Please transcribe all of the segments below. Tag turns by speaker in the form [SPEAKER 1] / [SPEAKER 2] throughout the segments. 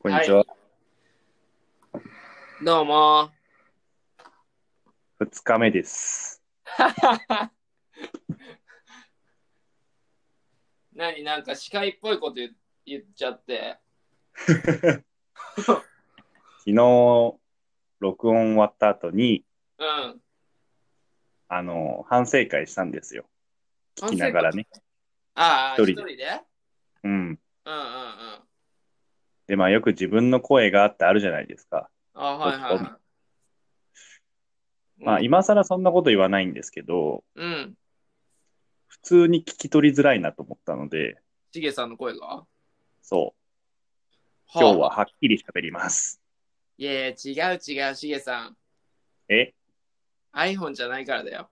[SPEAKER 1] こんにちは。
[SPEAKER 2] どうも。
[SPEAKER 1] 二日目です。
[SPEAKER 2] 何なんか司会っぽいこと言言っちゃって。
[SPEAKER 1] 昨日、録音終わった後に、
[SPEAKER 2] うん。
[SPEAKER 1] あの、反省会したんですよ。聞きながらね。
[SPEAKER 2] ああ、一
[SPEAKER 1] 一
[SPEAKER 2] 人
[SPEAKER 1] 人
[SPEAKER 2] で
[SPEAKER 1] でうん。
[SPEAKER 2] うんうんうん。
[SPEAKER 1] で、まあよく自分の声があってあるじゃないですか。
[SPEAKER 2] あはいはいはい。
[SPEAKER 1] まあ今更そんなこと言わないんですけど、
[SPEAKER 2] うん。
[SPEAKER 1] 普通に聞き取りづらいなと思ったので、
[SPEAKER 2] しげさんの声が
[SPEAKER 1] そう、今日は。はっきり喋ります。
[SPEAKER 2] いやいや、違う違う、しげさん。
[SPEAKER 1] え
[SPEAKER 2] iPhone じゃないからだよ。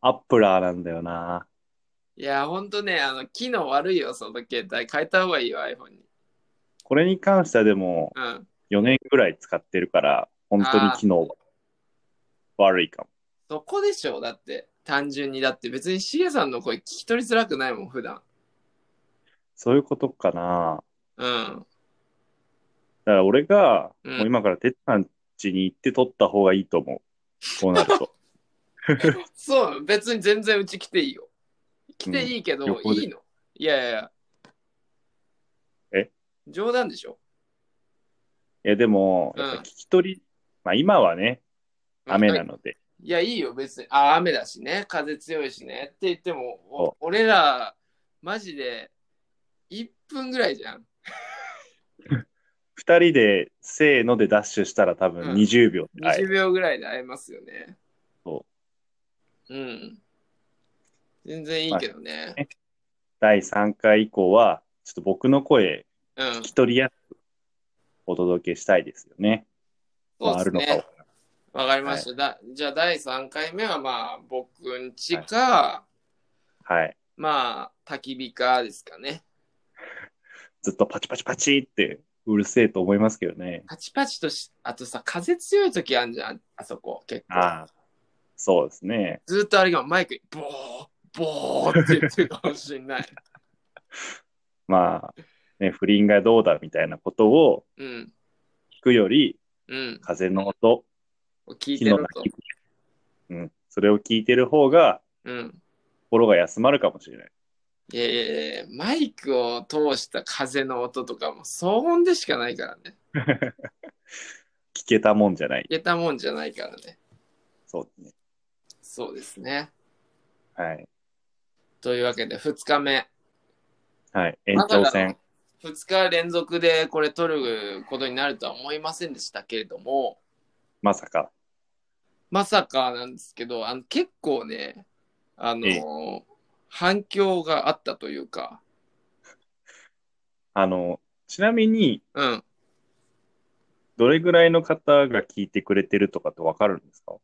[SPEAKER 1] アップラーなんだよな。
[SPEAKER 2] いや、ほんとね、あの、機能悪いよ、その携帯。変えた方がいいよ、iPhone に。
[SPEAKER 1] これに関してはでも、
[SPEAKER 2] うん。
[SPEAKER 1] 4年ぐらい使ってるから、本当に機能は悪いかも。
[SPEAKER 2] そこでしょ、だって。単純に。だって別にしげさんの声聞き取りづらくないもん、普段。
[SPEAKER 1] そういうことかな。
[SPEAKER 2] うん。
[SPEAKER 1] だから俺が、
[SPEAKER 2] うん
[SPEAKER 1] もう今からてっさん家に行って撮った方がいいと思う。こうなる と。
[SPEAKER 2] そう、別に全然うち来ていいよ。来ていいけど、
[SPEAKER 1] うん旅行で
[SPEAKER 2] いいのいやいやいや。
[SPEAKER 1] え
[SPEAKER 2] 冗談でしょ
[SPEAKER 1] いや、でも、
[SPEAKER 2] うん
[SPEAKER 1] やっぱ聞き取り、まあ今はね、雨なので、
[SPEAKER 2] いや、いいよ、別に。あ、雨だしね、風強いしね。って言っても、
[SPEAKER 1] そ
[SPEAKER 2] お俺ら、マジで、1分ぐらいじゃん。
[SPEAKER 1] 二人で、せーのでダッシュしたら多
[SPEAKER 2] う
[SPEAKER 1] 分
[SPEAKER 2] ん
[SPEAKER 1] 20秒で会え
[SPEAKER 2] 20
[SPEAKER 1] る。
[SPEAKER 2] 秒ぐらいで会えますよね。。
[SPEAKER 1] そう
[SPEAKER 2] うん。全然いいけどね。
[SPEAKER 1] 第3回以降は、ちょっと僕の声、
[SPEAKER 2] うん
[SPEAKER 1] 聞。き取りやすくお届けしたいですよね。
[SPEAKER 2] そ
[SPEAKER 1] あ
[SPEAKER 2] うです
[SPEAKER 1] るのか
[SPEAKER 2] ね
[SPEAKER 1] を。。
[SPEAKER 2] わかりました。だじゃあ、第3回目は、まあ、僕んちか、
[SPEAKER 1] はい。
[SPEAKER 2] まあ、焚き火かですかね。
[SPEAKER 1] ずっとパチパチパチって、うるせえと思いますけどね。
[SPEAKER 2] パチパチとし、あとさ、風強い時あんじゃん、あそこ、結構。
[SPEAKER 1] ああ、そうですね。
[SPEAKER 2] ずーっとあれがマイクに、ボー、ボーって言ってるかもしんない。
[SPEAKER 1] まあ、ね、不倫がどうだみたいなことを
[SPEAKER 2] うん、
[SPEAKER 1] 聞くより、
[SPEAKER 2] うん。
[SPEAKER 1] 風の音、
[SPEAKER 2] 聞い
[SPEAKER 1] 火
[SPEAKER 2] て
[SPEAKER 1] の
[SPEAKER 2] る
[SPEAKER 1] 鳴
[SPEAKER 2] と
[SPEAKER 1] き。声うん、それを聞いてる方が
[SPEAKER 2] うん。
[SPEAKER 1] 心が休まるかもしれない。
[SPEAKER 2] いやいやいやマイクを通した風の音とかも騒音でしかないからね。
[SPEAKER 1] 聞けたもんじゃない。
[SPEAKER 2] いけたもんじゃないからね。
[SPEAKER 1] そうですね。
[SPEAKER 2] そうですね。
[SPEAKER 1] はい。
[SPEAKER 2] というわけで、2日目。
[SPEAKER 1] はい。延長戦。
[SPEAKER 2] 2日連続でこれ撮ることになるとは思いませんでしたけれども、
[SPEAKER 1] まさか。
[SPEAKER 2] まさかなんですけど、あの結構ね、あのー
[SPEAKER 1] え
[SPEAKER 2] 反響があったというか、
[SPEAKER 1] あの、ちなみに、
[SPEAKER 2] うん、
[SPEAKER 1] どれぐらいの方が聞いてくれてるとかってわかるんですか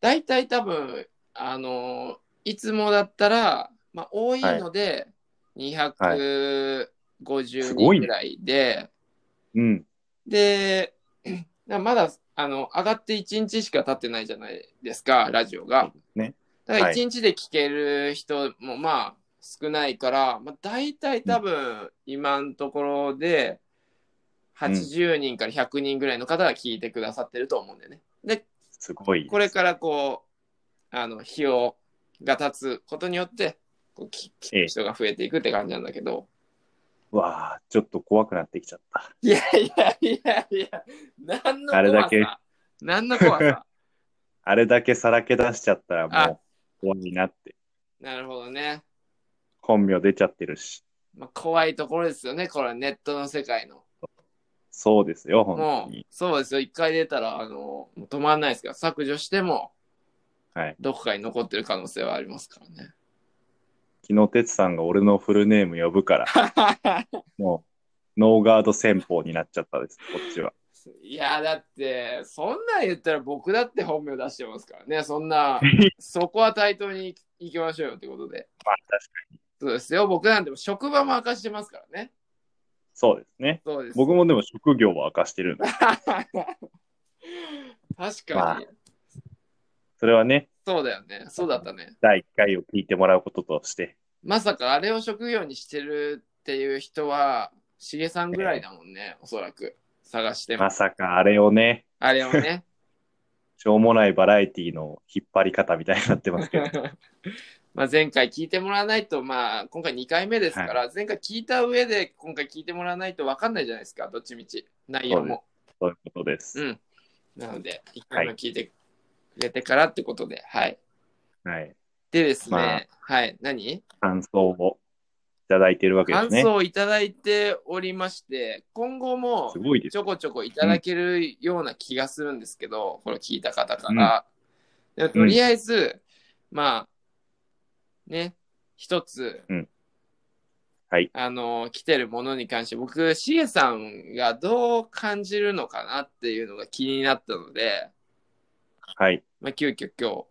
[SPEAKER 2] 大体多分、あのーいつもだったら、まあ、多いので、250
[SPEAKER 1] す
[SPEAKER 2] 人
[SPEAKER 1] ごい
[SPEAKER 2] ぐ
[SPEAKER 1] ね
[SPEAKER 2] らいで、
[SPEAKER 1] うん。
[SPEAKER 2] で、まだあの上がって1日しか経ってないじゃないですか、ラジオが。
[SPEAKER 1] ね。
[SPEAKER 2] だから
[SPEAKER 1] はい
[SPEAKER 2] 1日で聞ける人もまあ少ないから、まあ、大体多分今のところで80人から100人ぐらいの方が聞いてくださってると思うんだよね。で、
[SPEAKER 1] すごい。
[SPEAKER 2] これからこう、あの、日をが経つことによって、こう聞聞く人が増えていくって感じなんだけど、
[SPEAKER 1] わあ、ちょっと怖くなってきちゃった。
[SPEAKER 2] いやいやいやいや、何の
[SPEAKER 1] あれだ
[SPEAKER 2] 怖
[SPEAKER 1] け
[SPEAKER 2] さ何の怖さ
[SPEAKER 1] あれだけさらけ出しちゃったら
[SPEAKER 2] あ
[SPEAKER 1] もう怖いなって。
[SPEAKER 2] なるほどね。
[SPEAKER 1] 本名出ちゃってるし。
[SPEAKER 2] まあ、怖いところですよね、これはネットの世界の。
[SPEAKER 1] そうですよ、本
[SPEAKER 2] も
[SPEAKER 1] 当
[SPEAKER 2] う
[SPEAKER 1] に。、
[SPEAKER 2] そうですよ。一回出たら、あの、もう止まらないですから、削除しても、
[SPEAKER 1] はい。
[SPEAKER 2] どこかに残ってる可能性はありますからね。
[SPEAKER 1] 昨日、哲さんが俺のフルネーム呼ぶから、 もう、ノーガード戦法になっちゃったです、こっちは。
[SPEAKER 2] いや、だって、そんなん言ったら僕だって本名出してますからね。そ んな、そこは対等に行きましょうよってことで。
[SPEAKER 1] まあ、確かに。
[SPEAKER 2] そうですよ。僕なんても職場も明かしてますからね。
[SPEAKER 1] そうですね。
[SPEAKER 2] そうです。
[SPEAKER 1] 僕もでも職業は明かしてるんだ。
[SPEAKER 2] 確かに、
[SPEAKER 1] まあそれはね、
[SPEAKER 2] そうだよね。そうだったね。
[SPEAKER 1] 第1回を聞いてもらうこととして。
[SPEAKER 2] まさかあれを職業にしてるっていう人は、しげさんぐらいだもんね、おそらく。探しても。
[SPEAKER 1] まさかあれをね、
[SPEAKER 2] あれを ね。
[SPEAKER 1] しょうもないバラエティの引っ張り方みたいになってますけ ど。
[SPEAKER 2] まあ前回聞いてもらわないと、まあ今回2回目ですから、前回聞いた上で今回聞いてもらわないと分かんないじゃないですか、どっちみち。内容も。
[SPEAKER 1] そういうことです。
[SPEAKER 2] うん。なので、1回目聞いてくれてからってことで、はい。
[SPEAKER 1] はい。
[SPEAKER 2] でですね、
[SPEAKER 1] まあ
[SPEAKER 2] はい。何
[SPEAKER 1] 感想をいただいてるわけです
[SPEAKER 2] 感
[SPEAKER 1] ね。
[SPEAKER 2] 想をいただいておりまして、今後も
[SPEAKER 1] すごいです
[SPEAKER 2] ち。ょこちょこいただけるような気がするんですけど、これ聞いた方から。でもとりあえず、まあ、ね、一つ、
[SPEAKER 1] うんはい
[SPEAKER 2] あの、来てるものに関して、僕、しげさんがどう感じるのかなっていうのが気になったので、
[SPEAKER 1] はい。
[SPEAKER 2] まあ、急遽今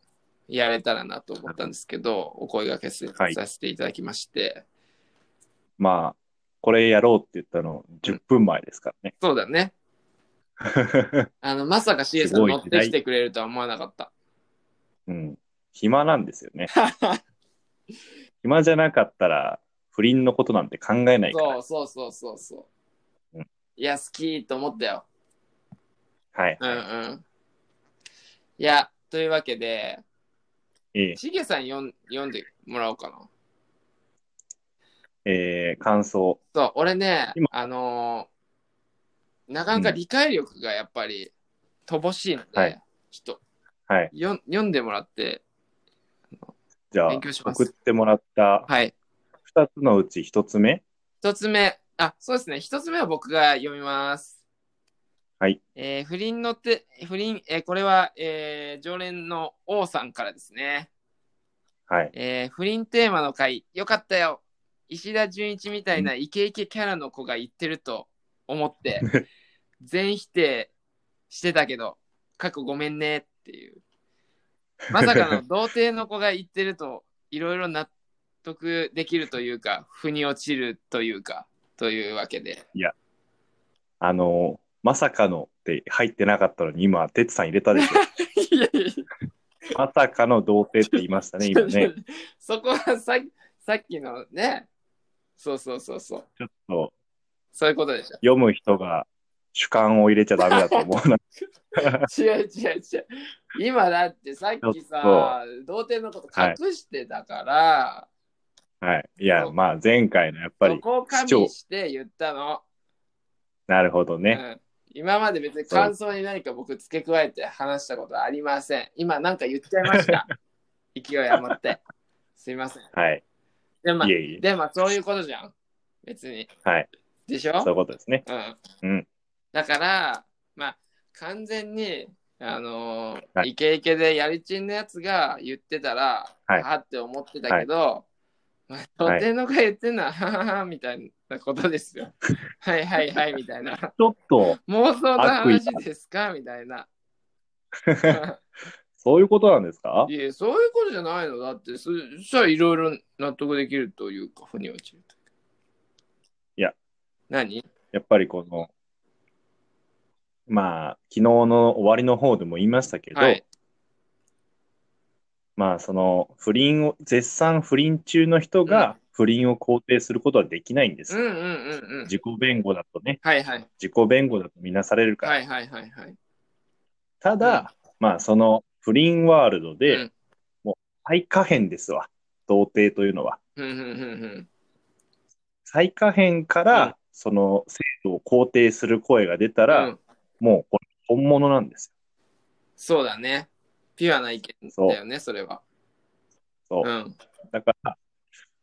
[SPEAKER 2] 日やれたらなと思ったんですけど、お声掛けせ
[SPEAKER 1] はい
[SPEAKER 2] させていただきまして、
[SPEAKER 1] まあ、これやろうって言ったの10分前ですからね。
[SPEAKER 2] そうだね。あの、まさかシエ
[SPEAKER 1] す
[SPEAKER 2] さん
[SPEAKER 1] ごい
[SPEAKER 2] 乗ってきてくれるとは思わなかった。
[SPEAKER 1] うん。暇なんですよ ね。暇じゃなかったら、不倫のことなんて考えないか
[SPEAKER 2] そ
[SPEAKER 1] ら。
[SPEAKER 2] うそうそうそうそう。
[SPEAKER 1] うん
[SPEAKER 2] いや、好きと思ったよ。
[SPEAKER 1] はい。
[SPEAKER 2] うんうん。いや、というわけで、
[SPEAKER 1] え
[SPEAKER 2] シゲさん読ん読んでもらおうかな。
[SPEAKER 1] ーえー感想。
[SPEAKER 2] そう、俺ね
[SPEAKER 1] 今、
[SPEAKER 2] あのーなかなか理解力がやっぱり乏しいので、
[SPEAKER 1] はい
[SPEAKER 2] ちょっ
[SPEAKER 1] はい。
[SPEAKER 2] とよん読んでもらって、
[SPEAKER 1] じゃあ
[SPEAKER 2] 勉、強します
[SPEAKER 1] 送ってもらった
[SPEAKER 2] はい。
[SPEAKER 1] 2つのうち1つ目。
[SPEAKER 2] 一つ目、あ、そうですね。一つ目は僕が読みます。
[SPEAKER 1] はい。
[SPEAKER 2] えー不倫のて、不倫、えーこれは、えー常連の王さんからですね。
[SPEAKER 1] はい。
[SPEAKER 2] えー不倫テーマの回、よかったよ。石田純一みたいなイケイケキャラの子が言ってると思 って、全否定してたけど、過去ごめんねっていう。まさかの童貞の子が言ってると、いろいろ納得できるというか、腑に落ちるというか、というわけで。
[SPEAKER 1] あのーまさかのって入ってなかったのに、今、てつさん入れたでし
[SPEAKER 2] いやいや
[SPEAKER 1] ょ。まさかの童貞って言いましたね、今ね。
[SPEAKER 2] そこはささっきのね、そうそうそうそう、
[SPEAKER 1] ちょっと、
[SPEAKER 2] そういうことでしょ。
[SPEAKER 1] 読む人が主観を入れちゃダメだと思 うな。
[SPEAKER 2] 違う違う違う。今だってさっき
[SPEAKER 1] ちょ
[SPEAKER 2] さ、童貞のこと隠してたから、
[SPEAKER 1] はい。いや、まあ、前回のやっぱ
[SPEAKER 2] そ
[SPEAKER 1] り、
[SPEAKER 2] こを加味して言ったの、
[SPEAKER 1] なるほど
[SPEAKER 2] う
[SPEAKER 1] ね。
[SPEAKER 2] ん。今まで別に感想に何か僕付け加えて話したことはありません。今なんか言っちゃいま した。勢い余って。すいません。
[SPEAKER 1] はい。
[SPEAKER 2] でも、まあ
[SPEAKER 1] い、えいえ。
[SPEAKER 2] でもまあそういうことじゃん。別に。
[SPEAKER 1] はい。
[SPEAKER 2] でしょ
[SPEAKER 1] そういうことですね。
[SPEAKER 2] う
[SPEAKER 1] うん
[SPEAKER 2] ん。だから、まあ、完全に、あのー
[SPEAKER 1] はい
[SPEAKER 2] イケイケでやりちんのやつが言ってたら、
[SPEAKER 1] はい
[SPEAKER 2] あーって思ってたけど、まあ、とてのが言ってんのは、はははみたいなことです よ。はいはいはい、みたいな。
[SPEAKER 1] ちょっと、
[SPEAKER 2] 妄想の話ですかみたいな。
[SPEAKER 1] そういうことなんですか
[SPEAKER 2] いや、そういうことじゃないのだって、そそしたらいろいろ納得できるというか、腑に落ちるというか。
[SPEAKER 1] いや。
[SPEAKER 2] 何
[SPEAKER 1] やっぱりこの、まあ、昨日の終わりの方でも言いましたけど、
[SPEAKER 2] はい。
[SPEAKER 1] まあ、その、不倫を、絶賛不倫中の人
[SPEAKER 2] うん
[SPEAKER 1] が不倫を肯定することはできないんで
[SPEAKER 2] う
[SPEAKER 1] す
[SPEAKER 2] んう
[SPEAKER 1] よ。
[SPEAKER 2] んうんうん。
[SPEAKER 1] 自己弁護だとね、
[SPEAKER 2] はいはい。
[SPEAKER 1] 自己弁護だとみなされるから。
[SPEAKER 2] はいはいはいはい。
[SPEAKER 1] ただ、まあ、その不倫ワールドで、
[SPEAKER 2] うん
[SPEAKER 1] もう最下辺ですわ。童貞というのは。
[SPEAKER 2] ふんふんふんふん。
[SPEAKER 1] 最下辺か
[SPEAKER 2] うん
[SPEAKER 1] ら、その制度を肯定する声が出たら、
[SPEAKER 2] うん、
[SPEAKER 1] もうこれ本物なんです
[SPEAKER 2] そうだね。ピュアな意見だよね、それは。
[SPEAKER 1] よ。そうう。
[SPEAKER 2] ん。
[SPEAKER 1] だから、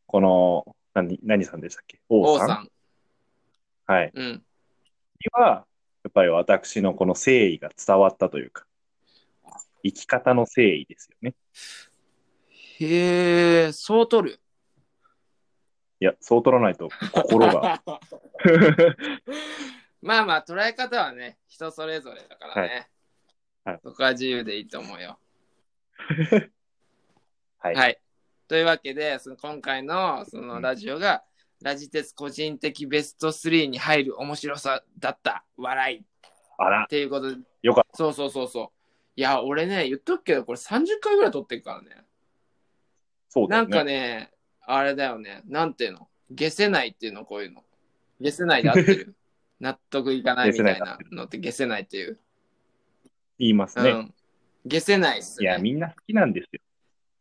[SPEAKER 1] この、何、何さんでしたっけ王
[SPEAKER 2] 王
[SPEAKER 1] さん
[SPEAKER 2] さん。
[SPEAKER 1] はい。
[SPEAKER 2] うん。
[SPEAKER 1] には、やっぱり私のこの誠意が伝わったというか、生き方の誠意ですよね。
[SPEAKER 2] へえ、そう取る。
[SPEAKER 1] いや、そう取らないと心 が。
[SPEAKER 2] まあまあ、捉え方はね、人それぞれだからね。
[SPEAKER 1] はいはい
[SPEAKER 2] そこは自由でいいと思うよ。
[SPEAKER 1] はい。
[SPEAKER 2] はい。というわけで、その今回のそのラジオが、ラジ鉄個人的ベスト3に入る面白さだった。笑い。
[SPEAKER 1] あら
[SPEAKER 2] っ、ていうことで。。
[SPEAKER 1] よかった
[SPEAKER 2] そうそうそうそう。いや、俺ね、言っとくけど、これ30回ぐらい撮ってるからね。
[SPEAKER 1] そうだ
[SPEAKER 2] な
[SPEAKER 1] よ
[SPEAKER 2] んかね、あれだよね。なんていうの下せないっていうの、こういうの。ゲせないで合って る。納得いかないみた
[SPEAKER 1] ゲ
[SPEAKER 2] い
[SPEAKER 1] セないで合
[SPEAKER 2] なのってゲせないっていう。
[SPEAKER 1] 言います
[SPEAKER 2] う
[SPEAKER 1] ね。
[SPEAKER 2] ん。ゲせないっす
[SPEAKER 1] いや、
[SPEAKER 2] ね。
[SPEAKER 1] みんな好きなんですよ。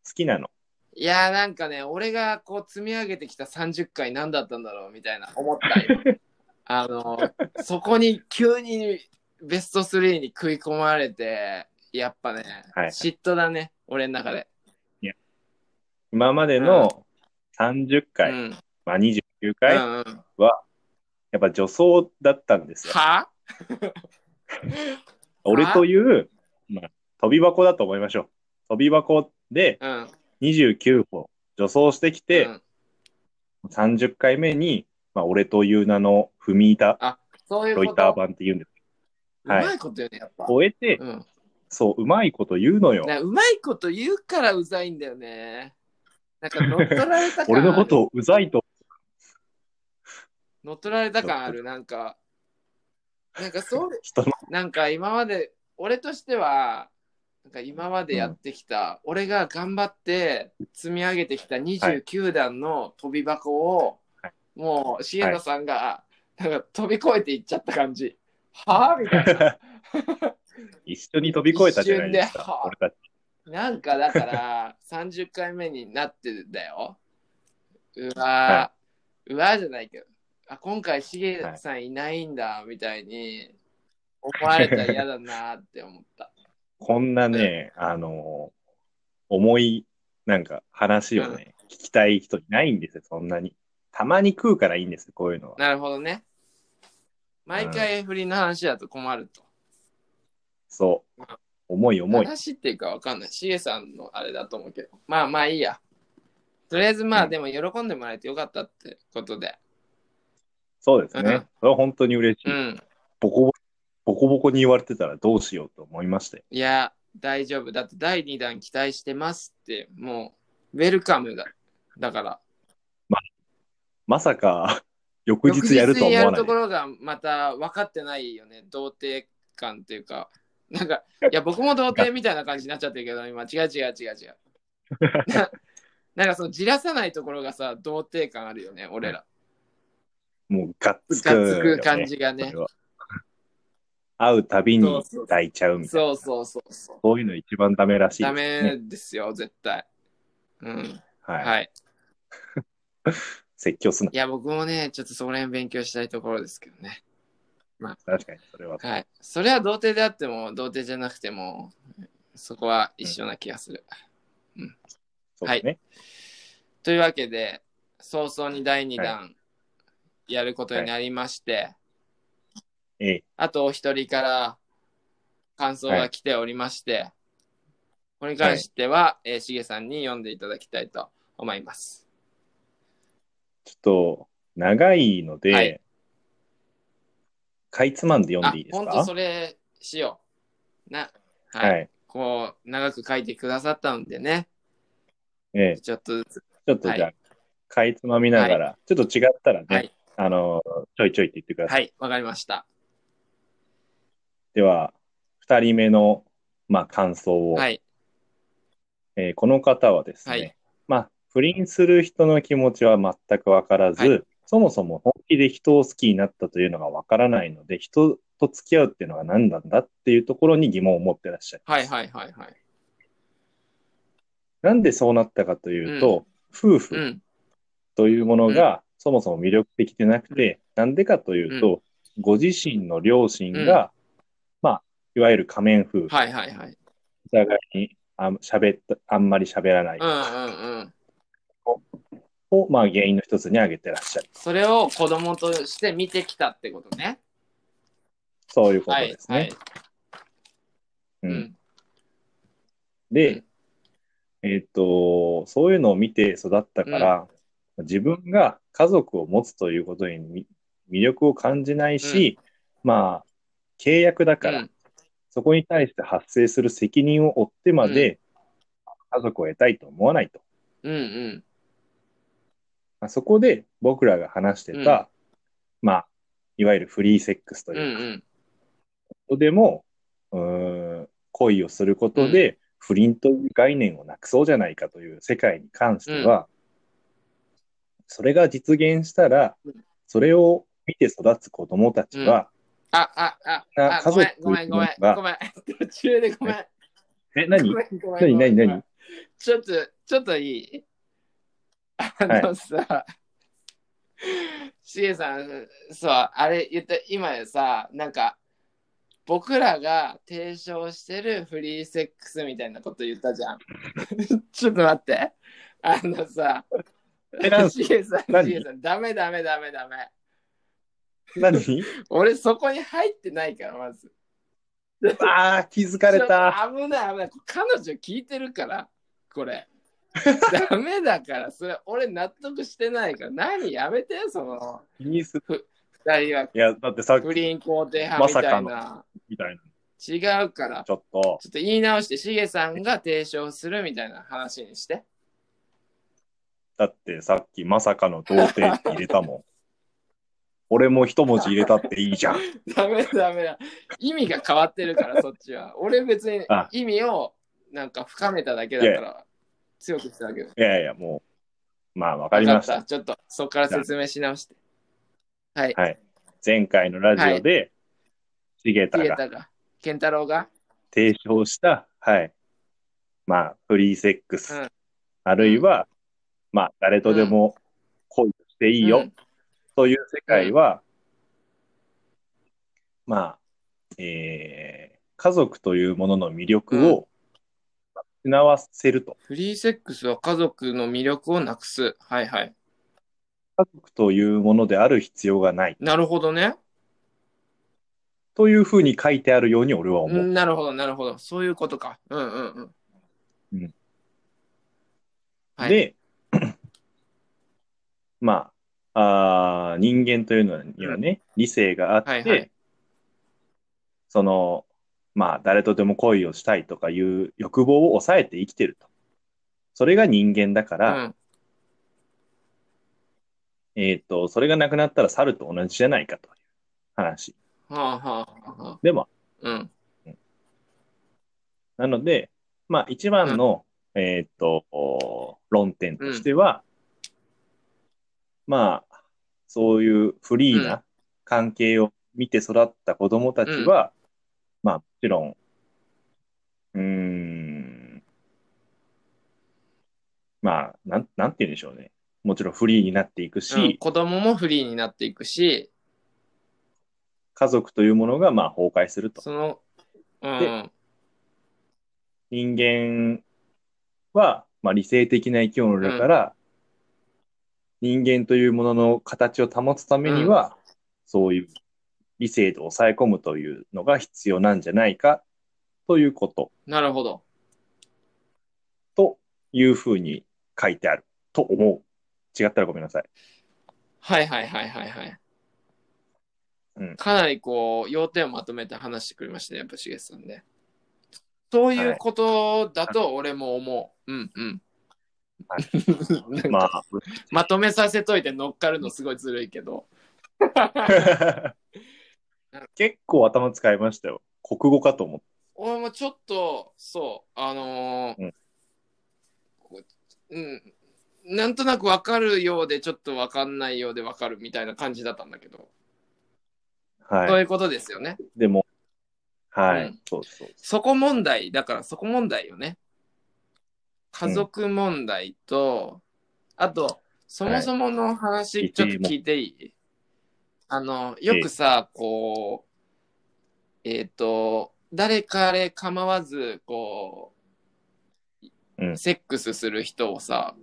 [SPEAKER 1] 好きなの。
[SPEAKER 2] いや、なんかね、俺がこう積み上げてきた30回何だったんだろうみたいな思ったよ。 あの、そこに急にベスト3に食い込まれて、やっぱね、
[SPEAKER 1] はい
[SPEAKER 2] 嫉妬だね、俺の中で。
[SPEAKER 1] 今までの30回、
[SPEAKER 2] うん。
[SPEAKER 1] まあ29回、
[SPEAKER 2] うんうん、
[SPEAKER 1] やっぱ女装だったんですよ。
[SPEAKER 2] は
[SPEAKER 1] 俺という、まあ、飛び箱だと思いましょう。飛び箱で
[SPEAKER 2] うん。
[SPEAKER 1] 29歩女装してきて、
[SPEAKER 2] うん
[SPEAKER 1] 30回目に、まあ、俺という名の踏み板、
[SPEAKER 2] そういう
[SPEAKER 1] ロ
[SPEAKER 2] こ
[SPEAKER 1] イ
[SPEAKER 2] と。
[SPEAKER 1] ター版って言うんです
[SPEAKER 2] う
[SPEAKER 1] はい
[SPEAKER 2] まいこと言うね、やっぱ。
[SPEAKER 1] 終えて、
[SPEAKER 2] うん、
[SPEAKER 1] そう、うまいこと言うのよ。
[SPEAKER 2] なうまいこと言うからうざいんだよね。なんか乗っ取られた感ある
[SPEAKER 1] 俺のことをうざいと、
[SPEAKER 2] 乗っ取られた感ある、なんか。なんかそう、
[SPEAKER 1] 人の、
[SPEAKER 2] なんか今まで、俺としては、なんか今までやってきた、俺が頑張って積み上げてきた29段の飛び箱を、
[SPEAKER 1] は
[SPEAKER 2] もう、シエナさんが、なんか飛び越えていっちゃった感じ。はぁみたいな。
[SPEAKER 1] 一緒に飛び越えたじゃないです
[SPEAKER 2] 一瞬では
[SPEAKER 1] か。俺たち。
[SPEAKER 2] なんかだから、30回 目になってんだよ。うわー、
[SPEAKER 1] は
[SPEAKER 2] うわーじゃないけど、あ今回しげ
[SPEAKER 1] はい
[SPEAKER 2] さんいないんだ、みたいに思われたら嫌だなって思 った。
[SPEAKER 1] こんなね、あのー重い、なんか話をね、聞きたい人いないんですよ、そんなに。たまに食うからいいんですよ、こういうのは。
[SPEAKER 2] なるほどね。毎回不倫の話だと困ると。
[SPEAKER 1] そう。重い重い。
[SPEAKER 2] 話っていうかわかんない。しげさんのあれだと思うけど。まあまあいいや。とりあえずまあ、
[SPEAKER 1] うん
[SPEAKER 2] でも喜んでもらえてよかったってことで。
[SPEAKER 1] そうです
[SPEAKER 2] うん
[SPEAKER 1] ね。それは本当に嬉し
[SPEAKER 2] う
[SPEAKER 1] い。
[SPEAKER 2] ん。
[SPEAKER 1] ボコボコ、ボコボコに言われてたらどうしようと思いましたよ。
[SPEAKER 2] いや、大丈夫。だって第2弾期待してますって、もう、ウェルカムだ。だから、
[SPEAKER 1] まさか、 翌日やるとは思わ
[SPEAKER 2] やる
[SPEAKER 1] ない
[SPEAKER 2] とこ。ろがまた分かってないよね。童貞感っていうか、なんか、いや、僕も童貞みたいな感じになっちゃってるけど、今、違う違う違う違う。 ななんかそのじらさないところがさ、童貞感あるよね、俺ら。
[SPEAKER 1] もうガッツ
[SPEAKER 2] つ
[SPEAKER 1] く,、
[SPEAKER 2] かつく感じがね
[SPEAKER 1] そ。れは会うたびに
[SPEAKER 2] そうそう
[SPEAKER 1] 抱いちゃうみたいな。
[SPEAKER 2] そうそうそうそう。
[SPEAKER 1] そういうの一番ダメらしいです
[SPEAKER 2] ダ
[SPEAKER 1] ね、
[SPEAKER 2] メですよ、絶対。うん。
[SPEAKER 1] はい。
[SPEAKER 2] はい。。
[SPEAKER 1] 説教すない
[SPEAKER 2] や、僕もね、ちょっとそこら辺勉強したいところですけどね。
[SPEAKER 1] 確かに、それは。
[SPEAKER 2] はい。それは童貞であっても、童貞じゃなくても、そこは一緒な気がする。
[SPEAKER 1] そうですね。
[SPEAKER 2] というわけで、早々に第2弾やることになりまして、
[SPEAKER 1] ええ
[SPEAKER 2] あとお一人から感想が来ておりまして、これに関しては、えーしげさんに読んでいただきたいと思います。
[SPEAKER 1] ちょっと、長いので、
[SPEAKER 2] はい
[SPEAKER 1] かいつまんで読んでいいです
[SPEAKER 2] あ、
[SPEAKER 1] か
[SPEAKER 2] 本当それしよう。な、はい。
[SPEAKER 1] はい。
[SPEAKER 2] こう、長く書いてくださったのでね、
[SPEAKER 1] ええ
[SPEAKER 2] ちょっとずつ。
[SPEAKER 1] ちょっとじゃあ、
[SPEAKER 2] は
[SPEAKER 1] かいつまみながら、ちょっと違ったらね、
[SPEAKER 2] はい
[SPEAKER 1] あの、ちょいちょいって言ってください。
[SPEAKER 2] はい、わかりました。
[SPEAKER 1] では、二人目の、まあ、感想を、
[SPEAKER 2] はい、
[SPEAKER 1] えーこの方はですね、
[SPEAKER 2] はい
[SPEAKER 1] まあ、不倫する人の気持ちは全くわからず、
[SPEAKER 2] はい
[SPEAKER 1] そもそも本気で人を好きになったというのがわからないので、人と付き合うっていうのが何なんだっていうところに疑問を持ってらっしゃる。
[SPEAKER 2] はい、はい、はい、はい。
[SPEAKER 1] なんでそうなったかというと、夫
[SPEAKER 2] う
[SPEAKER 1] 婦
[SPEAKER 2] ん、
[SPEAKER 1] というものがそもそも魅力的でなくて、なんでかというと、ご自身の両親が、まあ、いわゆる仮面夫婦、
[SPEAKER 2] はい、はい、はい。
[SPEAKER 1] お互いにあん喋ったあんまり喋らない
[SPEAKER 2] うん、うん、うん。
[SPEAKER 1] を、まあ、原因の一つに挙げてらっしゃる。
[SPEAKER 2] それを子供として見てきたってことね。
[SPEAKER 1] そういうこと
[SPEAKER 2] はい
[SPEAKER 1] ですね。
[SPEAKER 2] はい。
[SPEAKER 1] う
[SPEAKER 2] うんん。
[SPEAKER 1] で、えっ、と、そういうのを見て育ったから、自分が家族を持つということにみ魅力を感じないし、まあ、契約だから、
[SPEAKER 2] うん
[SPEAKER 1] そこに対して発生する責任を負ってまで、家族を得たいと思わないと。
[SPEAKER 2] うんうん。
[SPEAKER 1] まあそこで僕らが話してた、まあ、いわゆるフリーセックスと
[SPEAKER 2] うん
[SPEAKER 1] いううか
[SPEAKER 2] ん。
[SPEAKER 1] ことでも、うーん、恋をすることで、不倫という概念をなくそうじゃないかという世界に関しては、それが実現したら
[SPEAKER 2] うん、
[SPEAKER 1] それを見て育つ子供たちは、
[SPEAKER 2] あ、あ、あ、あ、
[SPEAKER 1] 家
[SPEAKER 2] ご
[SPEAKER 1] 族、
[SPEAKER 2] めんごめん、ごめん、
[SPEAKER 1] が
[SPEAKER 2] ごめん。 途中でごめん。
[SPEAKER 1] え、何
[SPEAKER 2] ごめんごめ
[SPEAKER 1] 何
[SPEAKER 2] んごめ
[SPEAKER 1] 何
[SPEAKER 2] んごめん
[SPEAKER 1] 何
[SPEAKER 2] ちょっと、ちょっといいあのさ、しげさん、そう、あれ言った、今さ、なんか、僕らが提唱してるフリーセックスみたいなこと言ったじゃん。 ちょっと待って。あのさ
[SPEAKER 1] えなん、
[SPEAKER 2] しげさん、
[SPEAKER 1] 何
[SPEAKER 2] しげさん、ダメダメダメダメ。
[SPEAKER 1] 何
[SPEAKER 2] 俺そこに入ってないから、まず。
[SPEAKER 1] ああ、気づかれた。
[SPEAKER 2] ちょっと危ない危ない。彼女聞いてるから、これ。 ダメだから、それ俺納得してないから、何やめて、その
[SPEAKER 1] 気にする。
[SPEAKER 2] 二人はい
[SPEAKER 1] や、だってさっき
[SPEAKER 2] 不倫肯定派みたいな。
[SPEAKER 1] みたいな、
[SPEAKER 2] 違うから、
[SPEAKER 1] ちょっと。
[SPEAKER 2] ちょっと言い直して、しげさんが提唱するみたいな話にして。
[SPEAKER 1] だってさっきまさかの童貞って入れたも ん。俺も一文字入れたっていいじゃん。
[SPEAKER 2] ダメだダメだ。意味が変わってるから、そっちは。俺別に
[SPEAKER 1] あ
[SPEAKER 2] 意味をなんか深めただけだから、強くしただけだ。
[SPEAKER 1] いやいや、もう、まあ、わかりまし
[SPEAKER 2] わ
[SPEAKER 1] た
[SPEAKER 2] かっ。ちょっと、そこから説明し直して。はい。
[SPEAKER 1] 前回のラジオで、しげた
[SPEAKER 2] 消え
[SPEAKER 1] が
[SPEAKER 2] たが。健太郎が。
[SPEAKER 1] 提唱した、はい。まあ、フリーセックス。
[SPEAKER 2] うん
[SPEAKER 1] あるいは、まあ、誰とでも恋をしていいよ。
[SPEAKER 2] うん
[SPEAKER 1] という世界は、まあ、えー家族というものの魅力を失わせると。
[SPEAKER 2] フリーセックスは家族の魅力をなくす。はいはい。
[SPEAKER 1] 家族というものである必要がない。
[SPEAKER 2] なるほどね。
[SPEAKER 1] というふうに書いてあるように俺は
[SPEAKER 2] う
[SPEAKER 1] 思う。
[SPEAKER 2] んなるほど、なるほど。そういうことか。うんうんうん。はい
[SPEAKER 1] で、 まああー、人間というのにはね、理性があって、
[SPEAKER 2] はいはい
[SPEAKER 1] その、まあ、誰とでも恋をしたいとかいう欲望を抑えて生きてると。それが人間だか
[SPEAKER 2] う
[SPEAKER 1] ら、
[SPEAKER 2] ん、
[SPEAKER 1] えっ、と、それがなくなったら猿と同じじゃないかという話
[SPEAKER 2] はあはあはあはあ。
[SPEAKER 1] でも、
[SPEAKER 2] うん。
[SPEAKER 1] なので、まあ一番の、えっ、と、お論点としては、まあ、そういうフリー
[SPEAKER 2] うん
[SPEAKER 1] な関係を見て育った子供たちは、まあもちろん、うーん、まあ、なん、なんて言うんでしょうね。もちろんフリーになっていくし、
[SPEAKER 2] うん子供もフリーになっていくし、
[SPEAKER 1] 家族というものがまあ崩壊すると。
[SPEAKER 2] その、うん。
[SPEAKER 1] で人間は、まあ、理性的な生き物だから、人間というものの形を保つためには、そういう理性と抑え込むというのが必要なんじゃないかということ
[SPEAKER 2] なるほど。
[SPEAKER 1] というふうに書いてあると思う。違ったらごめんなさい。
[SPEAKER 2] はいはいはいはいはい。
[SPEAKER 1] うん
[SPEAKER 2] かなりこう、要点をまとめて話してくれましたね、やっぱしげさんね。そういうことだと俺も思う。うんうん。
[SPEAKER 1] は
[SPEAKER 2] なんか
[SPEAKER 1] まあ、
[SPEAKER 2] まとめさせといて乗っかるのすごいずるいけど。
[SPEAKER 1] 結構頭使いましたよ。国語かと思って。
[SPEAKER 2] 俺もちょっと、そう、あのーこうん、なんとなくわかるようで、ちょっとわかんないようでわかるみたいな感じだったんだけど、そ
[SPEAKER 1] は
[SPEAKER 2] う
[SPEAKER 1] い。
[SPEAKER 2] いうことですよね。
[SPEAKER 1] でも、はい。
[SPEAKER 2] うん
[SPEAKER 1] そうそう。
[SPEAKER 2] そこ問題、だからそこ問題よね。家族問題と、あと、そもそもの話、
[SPEAKER 1] はい
[SPEAKER 2] ちょっと聞いていいあの、よくさ、こう、えっ、と、誰彼構わず、こう、
[SPEAKER 1] うん
[SPEAKER 2] セックスする人をさ、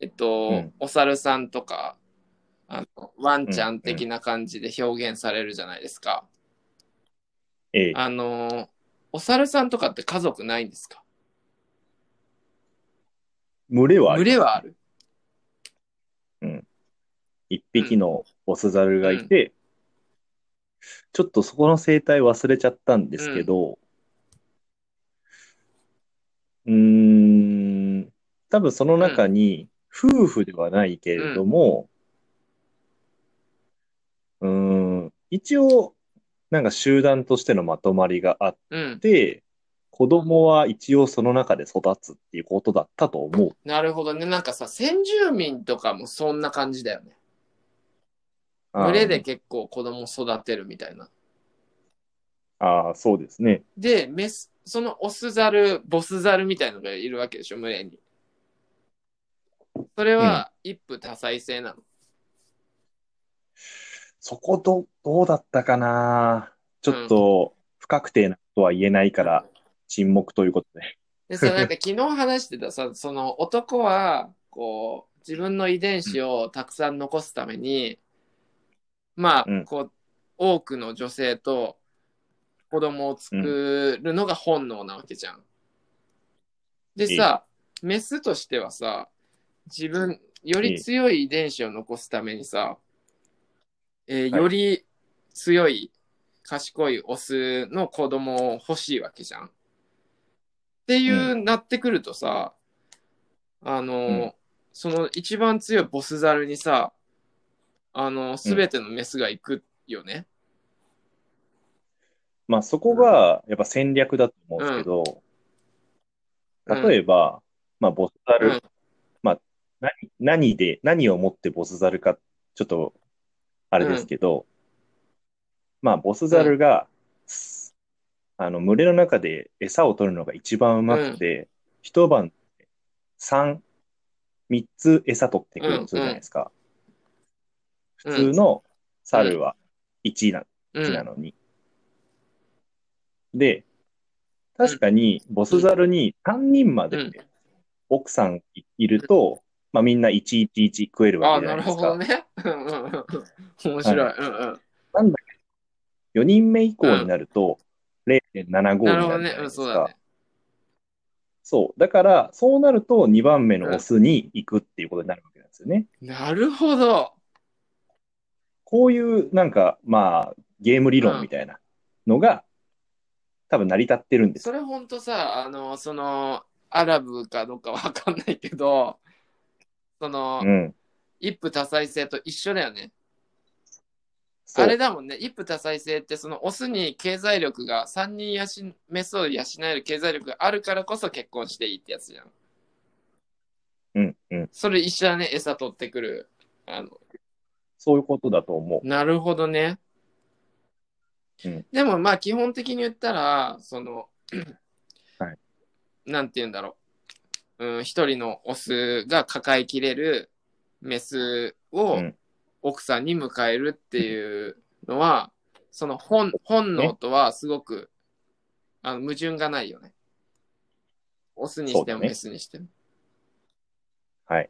[SPEAKER 2] えっと、
[SPEAKER 1] うん
[SPEAKER 2] お猿さんとか、あのワンちゃん的な感じで表現されるじゃないですか。
[SPEAKER 1] ええ。
[SPEAKER 2] あのーお猿さんとかって家族ないんですか
[SPEAKER 1] 群れはあり
[SPEAKER 2] 群れはある。
[SPEAKER 1] 一匹のオスザルがいて、ちょっとそこの生態忘れちゃったんですけど、うーん、多分その中に、夫婦ではないけれども、うーん、一応、なんか集団としてのまとまりがあっ
[SPEAKER 2] うん。
[SPEAKER 1] て、子供は一応その中で育つっていうことだったと思う。
[SPEAKER 2] なるほどね。なんかさ、先住民とかもそんな感じだよね。
[SPEAKER 1] あー
[SPEAKER 2] 群れで結構子供育てるみたいな。
[SPEAKER 1] ああ、そうですね。
[SPEAKER 2] で、メス、そのオスザル、ボスザルみたいのがいるわけでしょ、群れに。それは一夫多妻制なの。
[SPEAKER 1] そこど、どうだったかなちょっと、不確定なことは言えないから、沈黙ということで。
[SPEAKER 2] で、そのなんか昨日話してたさ、その男は、こう、自分の遺伝子をたくさん残すために、ま
[SPEAKER 1] うん
[SPEAKER 2] あ、こう、多くの女性と子供を作るのが本能なわけじゃん。でさ、メスとしてはさ、自分、より強い遺伝子を残すためにさ、えー
[SPEAKER 1] はい
[SPEAKER 2] より強い、賢いオスの子供を欲しいわけじゃん。っていう、
[SPEAKER 1] う
[SPEAKER 2] なってくるとさ、あの、
[SPEAKER 1] うん
[SPEAKER 2] その一番強いボスザルにさ、あの、すべてのメスが行くよね。
[SPEAKER 1] まあ、そこが、やっぱ戦略だと思うんですけど、
[SPEAKER 2] うん
[SPEAKER 1] 例えば、まあ、ボスザル、
[SPEAKER 2] うん
[SPEAKER 1] まあ、何、何で、何をもってボスザルか、ちょっと、あれですけど、まあ、ボスザルが、あの、群れの中で餌を取るのが一番うまくて、一晩で三、三つ餌取ってくるとするじゃないですか。
[SPEAKER 2] うん
[SPEAKER 1] 普通の猿は1位なん
[SPEAKER 2] うん。
[SPEAKER 1] なのに。で、確かに、ボスザルに3人ま
[SPEAKER 2] う
[SPEAKER 1] で
[SPEAKER 2] ん
[SPEAKER 1] 奥さんいると、まあみんな111食えるわ
[SPEAKER 2] あ、
[SPEAKER 1] けじゃ
[SPEAKER 2] な
[SPEAKER 1] な
[SPEAKER 2] る
[SPEAKER 1] いです
[SPEAKER 2] ほ
[SPEAKER 1] か。
[SPEAKER 2] どね。うんうんうん 面白い。
[SPEAKER 1] は
[SPEAKER 2] うんうん。
[SPEAKER 1] 4人目以降になると、0.75に
[SPEAKER 2] なるほ
[SPEAKER 1] な
[SPEAKER 2] ど
[SPEAKER 1] るじ
[SPEAKER 2] ね
[SPEAKER 1] ゃ。ない
[SPEAKER 2] うん、
[SPEAKER 1] です
[SPEAKER 2] そうだ
[SPEAKER 1] か
[SPEAKER 2] ね。。
[SPEAKER 1] そう。だから、そうなると2番目のオスに行くっていうことになるわけなんですよね。
[SPEAKER 2] なるほど。
[SPEAKER 1] こういう、なんか、まあ、ゲーム理論みたいなのが、多分成り立ってるんです
[SPEAKER 2] そ
[SPEAKER 1] よ。
[SPEAKER 2] れほんとさ、あの、その、アラブかどうかわかんないけど、その、
[SPEAKER 1] うん。
[SPEAKER 2] 一夫多妻制と一緒だよね。
[SPEAKER 1] そう
[SPEAKER 2] あれだもんね、一夫多妻制って、そのオスに経済力が、3人やし、メスを養える経済力があるからこそ結婚していいってやつじゃん。
[SPEAKER 1] うん、うん。
[SPEAKER 2] それ一緒だね、餌取ってくる。あの
[SPEAKER 1] そういうことだと思う。
[SPEAKER 2] なるほどね。
[SPEAKER 1] うん
[SPEAKER 2] でもまあ基本的に言ったら、その、
[SPEAKER 1] はい
[SPEAKER 2] なんて言うんだろう。うん、一人のオスが抱えきれるメスを
[SPEAKER 1] うん
[SPEAKER 2] 奥さんに迎えるっていうのは、その本本能とはすごく、あの矛盾がないよね。オスにして
[SPEAKER 1] そうだ
[SPEAKER 2] も
[SPEAKER 1] ね
[SPEAKER 2] メスにしても。
[SPEAKER 1] はい。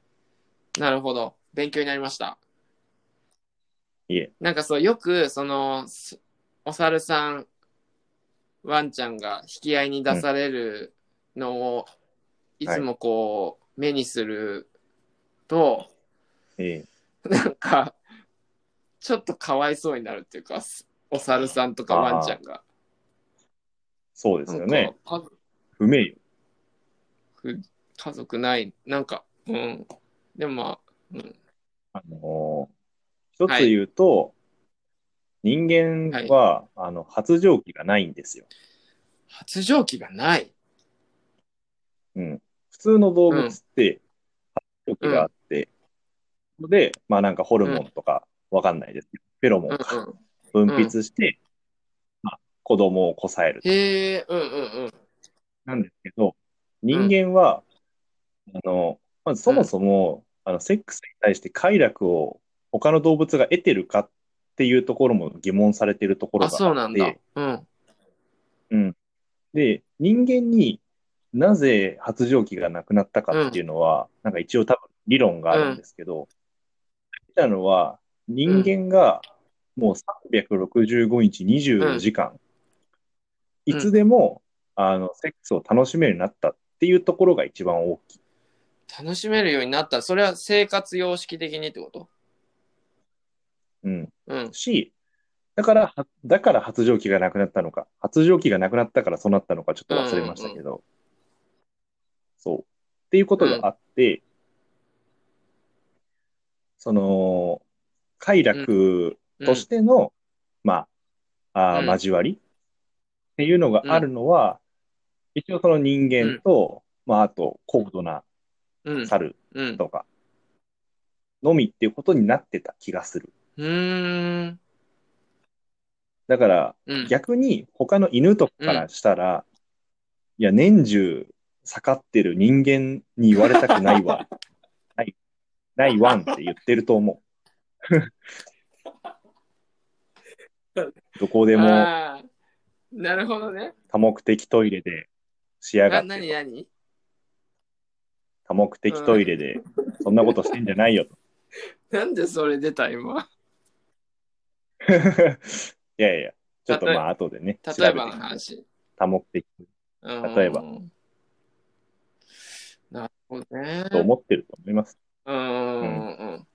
[SPEAKER 2] なるほど。勉強になりました。
[SPEAKER 1] いえ。
[SPEAKER 2] なんかそう、よく、その、すお猿さん、ワンちゃんが引き合いに出されるのを、いつもこう、目にすると、
[SPEAKER 1] ええ
[SPEAKER 2] なんか、ちょっとかわいそうになるっていうか、すお猿さんとかワンちゃんが。
[SPEAKER 1] そうですよ
[SPEAKER 2] なん
[SPEAKER 1] ね。
[SPEAKER 2] か家
[SPEAKER 1] 不名誉。
[SPEAKER 2] 族、家族ない、なんか、うん。でもまあ、うん。
[SPEAKER 1] あのー一つ言うと、人間は、あの、発情期がないんですよ。
[SPEAKER 2] 発情期がない。
[SPEAKER 1] うん。普通の動物って、発情期があって、ので、まあなんかホルモンとか、わかんないですけど、フェロモ
[SPEAKER 2] う
[SPEAKER 1] ン
[SPEAKER 2] ん
[SPEAKER 1] か、
[SPEAKER 2] うん。
[SPEAKER 1] 分泌して、まあ、子供をこさえる。
[SPEAKER 2] へえ、うんうんうん。
[SPEAKER 1] なんですけど、人間は、あの、まずそもそも、あの、セックスに対して快楽を他の動物が得てるかっていうところも疑問されてるところ
[SPEAKER 2] あ、
[SPEAKER 1] が
[SPEAKER 2] そう
[SPEAKER 1] あ
[SPEAKER 2] な
[SPEAKER 1] っ
[SPEAKER 2] んだ
[SPEAKER 1] て、。
[SPEAKER 2] うん。
[SPEAKER 1] うん。で、人間になぜ発情期がなくなったかっていうのは、なんか一応多分理論があるんですけど、見たのは、人間がもう365日24時間、
[SPEAKER 2] うん
[SPEAKER 1] いつでも、あの、セックスを楽しめるようになったっていうところが一番大きい。
[SPEAKER 2] 楽しめるようになった。それは生活様式的にってこと
[SPEAKER 1] うん。
[SPEAKER 2] うん。
[SPEAKER 1] し、だから、はだから発情期がなくなったのか、発情期がなくなったからそうなったのかちょっと忘れましたけど、そう。っていうことがあって、その、快楽
[SPEAKER 2] うん
[SPEAKER 1] としての、まあ、あー
[SPEAKER 2] うん
[SPEAKER 1] 交わりっていうのがあるのは、一応その人間と、まあ、あと高度な
[SPEAKER 2] うん。
[SPEAKER 1] 猿
[SPEAKER 2] うん。
[SPEAKER 1] とか、のみっていうことになってた気がする。
[SPEAKER 2] ううーん。
[SPEAKER 1] だから、
[SPEAKER 2] うん。
[SPEAKER 1] 逆に他の犬とかからしたら、いや、年中、盛ってる人間に言われたくない わ。ない、ないわんって言ってると思う。どこでも
[SPEAKER 2] あーなるほどね。
[SPEAKER 1] 多目的トイレで仕上が
[SPEAKER 2] あ、
[SPEAKER 1] って
[SPEAKER 2] な
[SPEAKER 1] る
[SPEAKER 2] になに
[SPEAKER 1] 多目的トイレで、そんなことしてんじゃないよ と。
[SPEAKER 2] なんでそれ出た今。
[SPEAKER 1] いやいや、ちょっと
[SPEAKER 2] 例え
[SPEAKER 1] まあ、後でね、調
[SPEAKER 2] 例え
[SPEAKER 1] べ
[SPEAKER 2] ばの
[SPEAKER 1] てみて
[SPEAKER 2] 話。
[SPEAKER 1] 多目的
[SPEAKER 2] うん
[SPEAKER 1] 例えば。
[SPEAKER 2] なるほどね。
[SPEAKER 1] と思ってると思います。
[SPEAKER 2] うんうんうん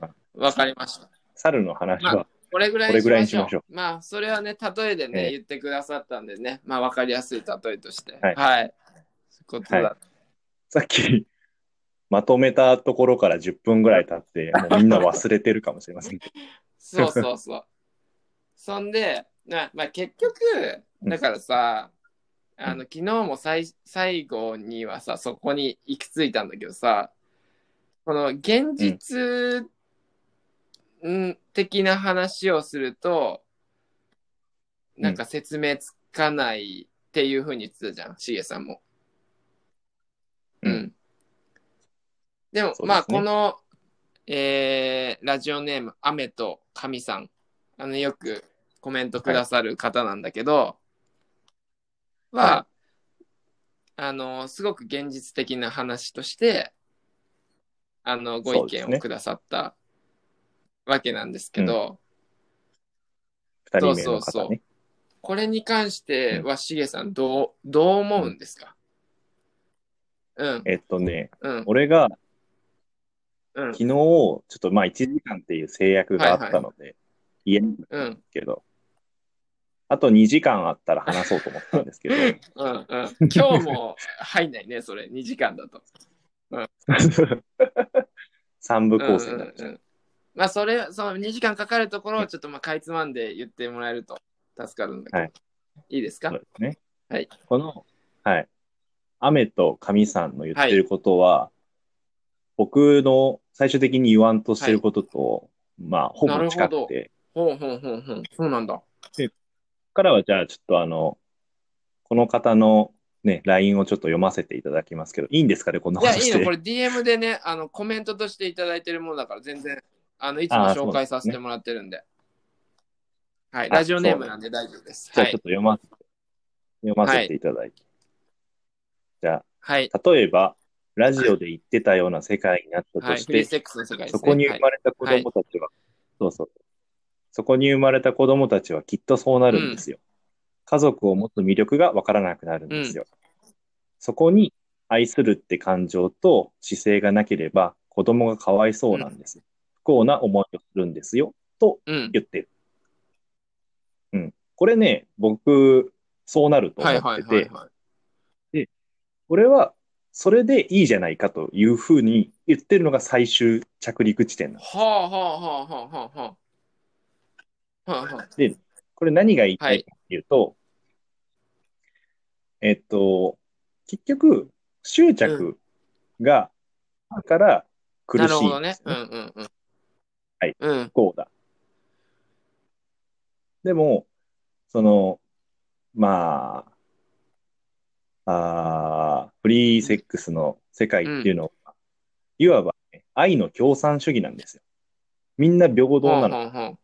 [SPEAKER 1] あ
[SPEAKER 2] うん。わかりました。
[SPEAKER 1] 猿の話は、
[SPEAKER 2] まこれぐらい
[SPEAKER 1] これぐらいに
[SPEAKER 2] に
[SPEAKER 1] し
[SPEAKER 2] し
[SPEAKER 1] ま
[SPEAKER 2] ま
[SPEAKER 1] し
[SPEAKER 2] し
[SPEAKER 1] ょ
[SPEAKER 2] ょ
[SPEAKER 1] う
[SPEAKER 2] う。まあ、それはね、例えでね、
[SPEAKER 1] ええ
[SPEAKER 2] 言ってくださったんでね、まあ、わかりやすい例えとして。
[SPEAKER 1] は
[SPEAKER 2] はいい。はい、そういうことだ。
[SPEAKER 1] はさっき、まとめたところから10分ぐらい経 って、もうみんな忘れてるかもしれませんけど。
[SPEAKER 2] そうそうそう。そんで、なまあ、結局、だからさ、
[SPEAKER 1] ん
[SPEAKER 2] あの昨日も最最後にはさ、そこに行き着いたんだけどさ、この現実ん的な話をすると、
[SPEAKER 1] うん
[SPEAKER 2] なんか説明つかないっていうふうに言ってたじゃん、しげさんも。
[SPEAKER 1] うん
[SPEAKER 2] うん。で
[SPEAKER 1] そう
[SPEAKER 2] も、
[SPEAKER 1] ですね
[SPEAKER 2] まあ、この、えーラジオネーム、アメとカミさん。あの、よくコメントくださる方なんだけど、は、
[SPEAKER 1] は
[SPEAKER 2] あの、すごく現実的な話として、あの、ご意
[SPEAKER 1] そうです
[SPEAKER 2] 見
[SPEAKER 1] ね
[SPEAKER 2] をくださったわけなんですけど、
[SPEAKER 1] 二人目の
[SPEAKER 2] そうそ
[SPEAKER 1] 方
[SPEAKER 2] うそ
[SPEAKER 1] ね。
[SPEAKER 2] これに関しては、しげさん、どう、どう思うんですかうん、
[SPEAKER 1] えっとね、
[SPEAKER 2] うん、
[SPEAKER 1] 俺が
[SPEAKER 2] うん
[SPEAKER 1] 昨、日、ちょっとまあ1時間っていう制約があったので、言えないんで
[SPEAKER 2] うん、
[SPEAKER 1] すけど、あと2時間あったら話そうと思ったんですけど、
[SPEAKER 2] うん、うん。今日も入んないね、それ、2時間だと。
[SPEAKER 1] 3部
[SPEAKER 2] うん
[SPEAKER 1] 構
[SPEAKER 2] う
[SPEAKER 1] 成になっ
[SPEAKER 2] ん
[SPEAKER 1] ち
[SPEAKER 2] う
[SPEAKER 1] ゃう。
[SPEAKER 2] ん、まあ、それ、その2時間かかるところをちょっとまあかいつまんで言ってもらえると助かるんだけど、
[SPEAKER 1] はい
[SPEAKER 2] い、いですか
[SPEAKER 1] そうですね。
[SPEAKER 2] はい
[SPEAKER 1] この、はい。雨と神さんの言ってることは、僕の最終的に言わんとしてることと、まあ、ほぼ近
[SPEAKER 2] なる
[SPEAKER 1] く
[SPEAKER 2] ほど
[SPEAKER 1] て、
[SPEAKER 2] ほうほうほうほう、そうなんだ。
[SPEAKER 1] ここからはじゃあちょっとあの、この方のね、LINE をちょっと読ませていただきますけど、いいんですかね、こんない
[SPEAKER 2] や、
[SPEAKER 1] 話
[SPEAKER 2] いい
[SPEAKER 1] して。
[SPEAKER 2] の、これ DM でね、あのコメントとしていただいてるものだから、全然、あのいつも
[SPEAKER 1] あー
[SPEAKER 2] 紹介させてもらってるんで。はい、ラジオネームなんで大丈夫です。
[SPEAKER 1] じゃ
[SPEAKER 2] は
[SPEAKER 1] あちょっと
[SPEAKER 2] い。
[SPEAKER 1] 読ませて、読ませていただいて。じゃ
[SPEAKER 2] はい。
[SPEAKER 1] あ、例えば、ラジオで言ってたような世界になった
[SPEAKER 2] は
[SPEAKER 1] と
[SPEAKER 2] い、
[SPEAKER 1] し
[SPEAKER 2] フリ
[SPEAKER 1] て
[SPEAKER 2] ー、セックスの世界です、ね。
[SPEAKER 1] そこに生
[SPEAKER 2] は
[SPEAKER 1] まれた子供たちは、そうそう。そこに生まれた子供たちはきっとそうなるんですよ。家族を持つ魅力がわからなくなるんですよ。そこに愛するって感情と姿勢がなければ子供がかわいそうなんです。不幸な思いをするんですよ。と
[SPEAKER 2] い、うん。
[SPEAKER 1] 言ってる。うん。これね、僕、そうなると思
[SPEAKER 2] は
[SPEAKER 1] っ
[SPEAKER 2] いはい
[SPEAKER 1] て
[SPEAKER 2] はい
[SPEAKER 1] て、
[SPEAKER 2] はい。
[SPEAKER 1] 俺はそれでいいじゃないかというふうに言ってるのが最終着陸地点なの。
[SPEAKER 2] はあはあはあはあはあはあ。はあはあ。
[SPEAKER 1] これ何が言いたいかっていうと、えっと、結局、執着が、だから苦しい
[SPEAKER 2] なん
[SPEAKER 1] です
[SPEAKER 2] る
[SPEAKER 1] よ。
[SPEAKER 2] ほどね。うんうんうん。
[SPEAKER 1] はい。
[SPEAKER 2] うん。
[SPEAKER 1] こうだ。でも、その、まあ、あーフリーセックスの世界っていうのは、いわばね、愛の共産主義なんですよ。みんな平等なの。
[SPEAKER 2] ほうほうほう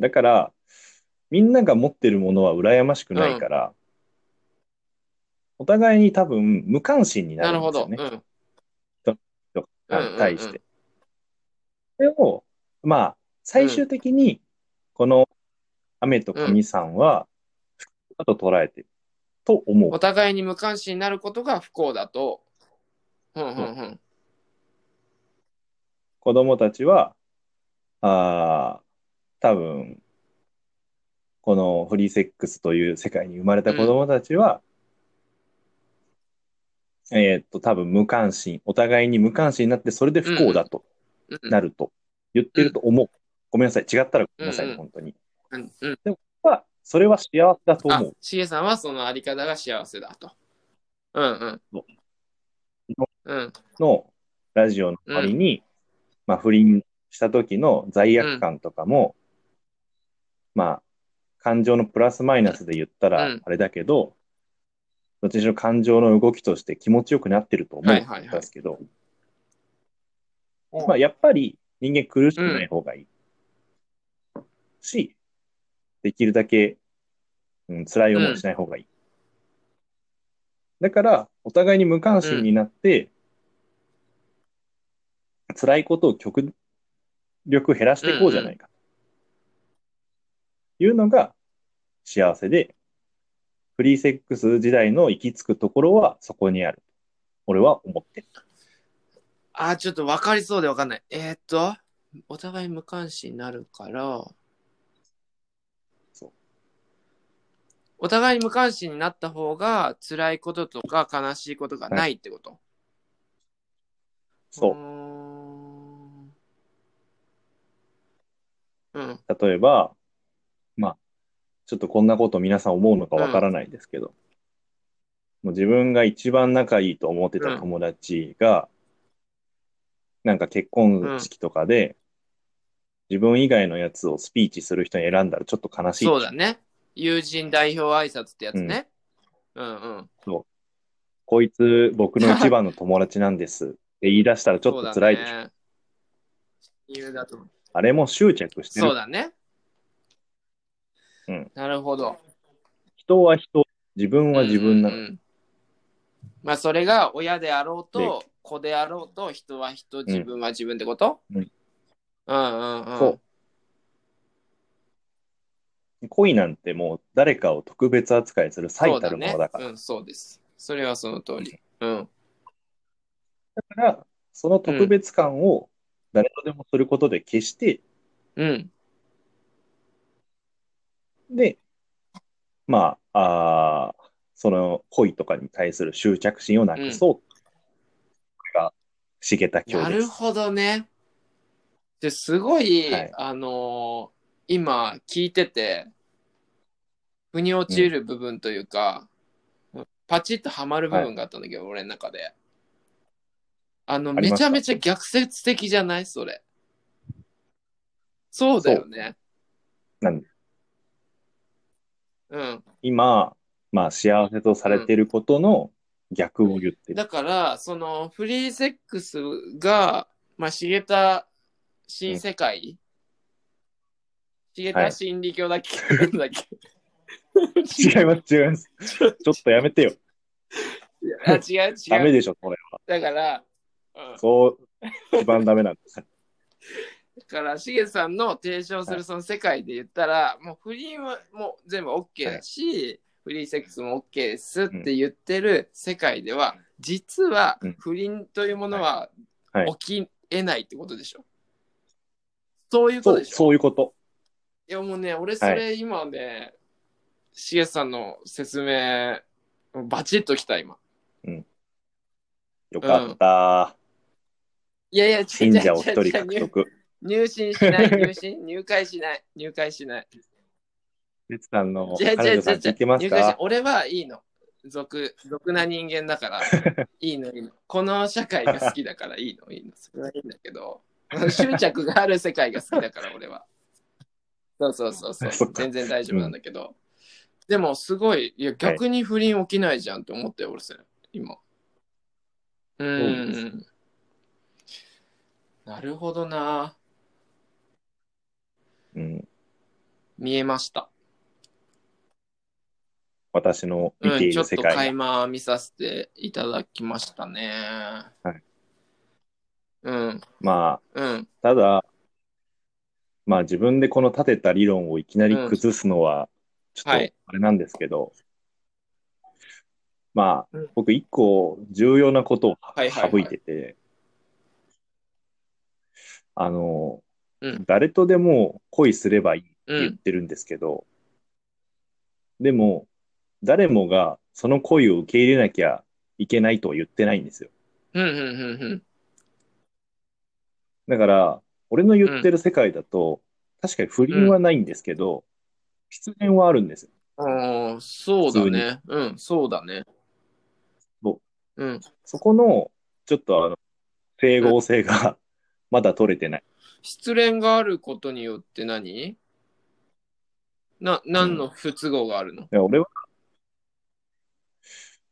[SPEAKER 1] だから、みんなが持ってるものは羨ましくないから、お互いに多分無関心にな
[SPEAKER 2] な
[SPEAKER 1] る
[SPEAKER 2] る
[SPEAKER 1] んですよね。
[SPEAKER 2] ほど。うんうんうんう
[SPEAKER 1] に
[SPEAKER 2] ん
[SPEAKER 1] 対して。それを、まあ、最終的に、この雨と神さんは、だと捉えてると思う
[SPEAKER 2] お。互いに無関心になることが不幸だと。うんうんうん。
[SPEAKER 1] 子供たちは、ああ、多分、このフリーセックスという世界に生まれた子供たちは、えーっと、多分無関心、お互いに無関心になって、それで不幸だと
[SPEAKER 2] うん
[SPEAKER 1] なると言ってると思う。ごめんなさい。違ったらごめんなさい、
[SPEAKER 2] うんうん
[SPEAKER 1] 本当に。
[SPEAKER 2] うんうん。
[SPEAKER 1] まあ、それは幸せだと
[SPEAKER 2] あ
[SPEAKER 1] 思う。、
[SPEAKER 2] しげさんはそのあり方が幸せだと。うんうん
[SPEAKER 1] そう。
[SPEAKER 2] うん。
[SPEAKER 1] のラジオの代わりに、まあ、不倫した時の罪悪感とかも、まあ、感情のプラスマイナスで言った
[SPEAKER 2] う
[SPEAKER 1] ら
[SPEAKER 2] ん
[SPEAKER 1] あれだけど、どっちにしろ感情の動きとして気持ちよくなってると思う
[SPEAKER 2] はい
[SPEAKER 1] ん
[SPEAKER 2] はいはい
[SPEAKER 1] ですけど、まあ、やっぱり人間苦しくない方がいい。し、できるだけ、うん、辛い思いをしない方がいい。だから、お互いに無関心になって、辛いことを極力減らしていこうじゃないか。いうのが幸せで、フリーセックス時代の行き着くところはそこにある。俺は思ってる。
[SPEAKER 2] あー、ちょっと分かりそうで分かんない。えーっと、お互い無関心になるから、
[SPEAKER 1] そう
[SPEAKER 2] お互い無関心になった方が辛いこととか悲しいことがないってこと。
[SPEAKER 1] そう
[SPEAKER 2] ー。ん。うん。
[SPEAKER 1] 例えば、まあ、ちょっとこんなこと皆さん思うのかわからないですけど、もう自分が一番仲いいと思ってた友達が、なんか結婚式とかで、自分以外のやつをスピーチする人に選んだらちょっと悲しい。
[SPEAKER 2] そうだね。友人代表挨拶ってやつね。うん、うん、
[SPEAKER 1] こいつ僕の一番の友達なんですって言い出したらちょっと辛いでしょ。
[SPEAKER 2] そうだね。親友だと思う。
[SPEAKER 1] あれも執着して
[SPEAKER 2] そう
[SPEAKER 1] る。
[SPEAKER 2] だね。
[SPEAKER 1] うん
[SPEAKER 2] なるほど。
[SPEAKER 1] 人は人、自分は自分なの。
[SPEAKER 2] うんうんうんまあそれが親であろうと子であろうと人は人自分は自分ってこと、
[SPEAKER 1] うんうん
[SPEAKER 2] うんうんうん
[SPEAKER 1] そう恋なんてもう誰かを特別扱いする最たるものだから。
[SPEAKER 2] そうねうんそうですそれはその通りうん
[SPEAKER 1] だから、その特別感を誰とでもすることで消して、
[SPEAKER 2] うん
[SPEAKER 1] で、まあ、あーその恋とかに対する執着心をなくそう。これが、茂田教
[SPEAKER 2] な
[SPEAKER 1] で
[SPEAKER 2] る
[SPEAKER 1] す。
[SPEAKER 2] ほどねですごい、
[SPEAKER 1] はい
[SPEAKER 2] あのー今聞いてて腑に落ちる部分というか、パチッとはまる部分があったんだけど、俺の中であの
[SPEAKER 1] あり
[SPEAKER 2] め
[SPEAKER 1] まし
[SPEAKER 2] ち
[SPEAKER 1] た
[SPEAKER 2] ゃめちゃ逆説的じゃないそれそうだよね
[SPEAKER 1] なんで
[SPEAKER 2] うん
[SPEAKER 1] 今、まあ、幸せとされていることの逆を言ってる。
[SPEAKER 2] だからそのフリーセックスがまあ茂田新世界、茂
[SPEAKER 1] は
[SPEAKER 2] 田
[SPEAKER 1] い
[SPEAKER 2] 心理教だっけ、なんだっけ
[SPEAKER 1] 違います、違います。ちょっとやめてよ。
[SPEAKER 2] あ違う
[SPEAKER 1] ダ
[SPEAKER 2] 違
[SPEAKER 1] メ
[SPEAKER 2] う。
[SPEAKER 1] でしょ、これは。
[SPEAKER 2] だから、うん、だ
[SPEAKER 1] そう、一番ダメなんです。
[SPEAKER 2] から、しげさんの提唱するその世界で言ったら、もう不倫はもう全部 OK だし、フリーセックスも OK ですって言ってる世界では、実は
[SPEAKER 1] うん
[SPEAKER 2] 不倫というものは
[SPEAKER 1] はいはい
[SPEAKER 2] 起きえないってことでしょ。 そういうこ
[SPEAKER 1] そ
[SPEAKER 2] と
[SPEAKER 1] う、
[SPEAKER 2] でしょ。
[SPEAKER 1] そういうこと。
[SPEAKER 2] いやもうね、俺そ
[SPEAKER 1] は
[SPEAKER 2] れ今ね、しげさんの説明、バチッときた今。
[SPEAKER 1] よかった。
[SPEAKER 2] いやいや、違う
[SPEAKER 1] 信者を一
[SPEAKER 2] 違う違
[SPEAKER 1] 人
[SPEAKER 2] う
[SPEAKER 1] 獲得。
[SPEAKER 2] 入信しない、入信、入会しない、入会しない。
[SPEAKER 1] 哲さんの
[SPEAKER 2] 違う違う
[SPEAKER 1] 彼
[SPEAKER 2] 違う違う
[SPEAKER 1] 女さん聞いてます
[SPEAKER 2] 入会しない
[SPEAKER 1] か
[SPEAKER 2] 俺はいいの。俗、俗な人間だから、 いいの、いいの。この社会が好きだから、いいの、いいの。それはいいんだけど、執着がある世界が好き だから、俺は。そうそうそうそう、
[SPEAKER 1] そっか
[SPEAKER 2] 全然大丈夫なんだけど。でも、すごい、いや、逆に不倫起きないじゃんって思ったよ、俺それ、今。う
[SPEAKER 1] そ
[SPEAKER 2] ーん。なるほどな。
[SPEAKER 1] うん
[SPEAKER 2] 見えました。
[SPEAKER 1] 私の見て
[SPEAKER 2] うん、
[SPEAKER 1] い
[SPEAKER 2] ちょ
[SPEAKER 1] る
[SPEAKER 2] っ
[SPEAKER 1] 世
[SPEAKER 2] と
[SPEAKER 1] 界が、
[SPEAKER 2] 垣間見させていただきましたね。
[SPEAKER 1] はい。
[SPEAKER 2] うん、
[SPEAKER 1] ま
[SPEAKER 2] うん、
[SPEAKER 1] あただまあ自分でこの立てた理論をいきなり崩すのはちょっと
[SPEAKER 2] はい
[SPEAKER 1] あれなんですけど、まあ
[SPEAKER 2] うん
[SPEAKER 1] 僕一個重要なことを
[SPEAKER 2] はいはいはい
[SPEAKER 1] 省いててあの
[SPEAKER 2] うん
[SPEAKER 1] 誰とでも恋すればいいって
[SPEAKER 2] う
[SPEAKER 1] 言っ
[SPEAKER 2] ん、
[SPEAKER 1] てるんですけどでも誰もがその恋を受け入れなきゃいけないとは言ってないんですよ
[SPEAKER 2] うん、うん、うん、うん。
[SPEAKER 1] だから、俺の言ってる世界だと、確かに不倫はないんですけど、失恋はあるんですよ。
[SPEAKER 2] ああ、そうだね。うん、そうだね。。
[SPEAKER 1] そう
[SPEAKER 2] うん、
[SPEAKER 1] そこの、ちょっとあの、整合性がまだ取れてない。
[SPEAKER 2] 失恋があることによって何な、何の不都合があるの、
[SPEAKER 1] いや俺は、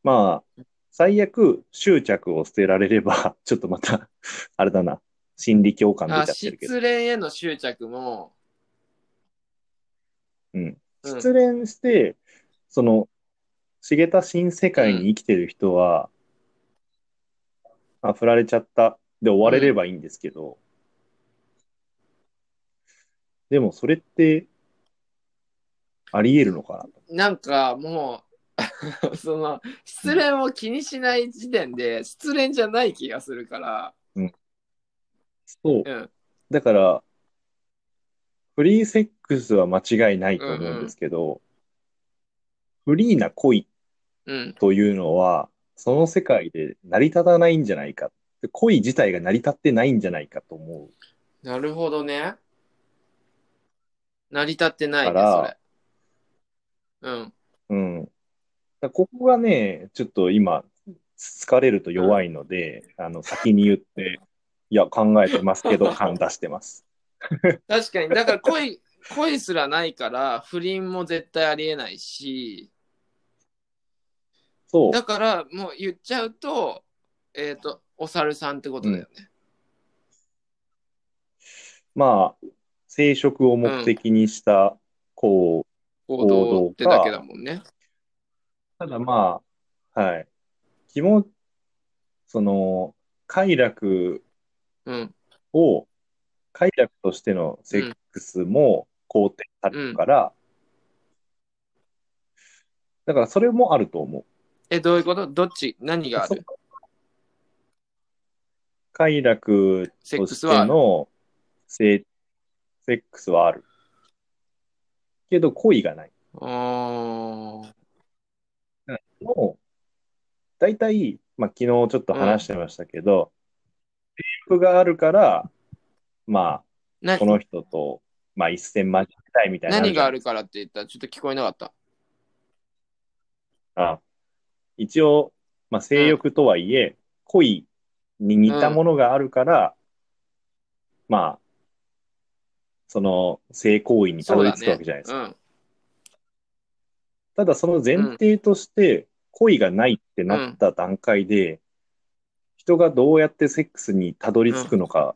[SPEAKER 1] まあ、最悪執着を捨てられれば、ちょっとまた、あれだな、心理共感出ちゃ
[SPEAKER 2] あ
[SPEAKER 1] って
[SPEAKER 2] 失
[SPEAKER 1] るけど。
[SPEAKER 2] 恋への執着も、
[SPEAKER 1] うん、
[SPEAKER 2] うん
[SPEAKER 1] 失恋して、その、茂田新世界に生きてる人は、あ、振られちゃった。で終われればいいんですけど、でもそれって、あり得るのかな
[SPEAKER 2] なんかもう、 その、失恋を気にしない時点で、失恋じゃない気がするから、
[SPEAKER 1] そう
[SPEAKER 2] うん。
[SPEAKER 1] だから、フリーセックスは間違いないと思うんですけど、フリーな恋
[SPEAKER 2] うん。
[SPEAKER 1] というのは、その世界で成り立たないんじゃないか。恋自体が成り立ってないんじゃないかと思う。
[SPEAKER 2] なるほどね。成り立ってないね、
[SPEAKER 1] から
[SPEAKER 2] それ。うん。
[SPEAKER 1] うん。だからここがね、ちょっと今、疲れると弱いので、あの、先に言って、いや、考えてますけ ど、感出してます。
[SPEAKER 2] 確かに、だか ら恋、恋すらないから、不倫も絶対ありえないし、
[SPEAKER 1] そう。
[SPEAKER 2] だからもう言っちゃうと、えっ、と、お猿さんってことだよね。
[SPEAKER 1] まあ、生殖を目的にした、こう、
[SPEAKER 2] 行動ってだけだもんね。
[SPEAKER 1] ただまあ、はい。気も、その、快楽
[SPEAKER 2] うん。
[SPEAKER 1] を、快楽としてのセックスも肯定されるから、だからそれもあると思う。
[SPEAKER 2] え、どういうことどっち何があ
[SPEAKER 1] そっ
[SPEAKER 2] る
[SPEAKER 1] か快楽
[SPEAKER 2] セッ
[SPEAKER 1] と
[SPEAKER 2] ク
[SPEAKER 1] し
[SPEAKER 2] スは
[SPEAKER 1] て
[SPEAKER 2] ある
[SPEAKER 1] の性セックスはある。けど恋がない。
[SPEAKER 2] あー
[SPEAKER 1] もう、大体、まあ、昨日ちょっと話してましたけど、テープがあるから、まあ、
[SPEAKER 2] な
[SPEAKER 1] この人と、まあ、一戦交えたいみたいな。
[SPEAKER 2] 何があるからって言ったらちょっと聞こえなかった。
[SPEAKER 1] あ一応、まあ、性欲とはいえ、恋に似たものがあるから、まあ、その性行為にたどり着くわけじゃないです
[SPEAKER 2] う
[SPEAKER 1] か。
[SPEAKER 2] ん。
[SPEAKER 1] ただその前提として、恋がないってなった段階で、人がどうやってセックスにたどり着くのか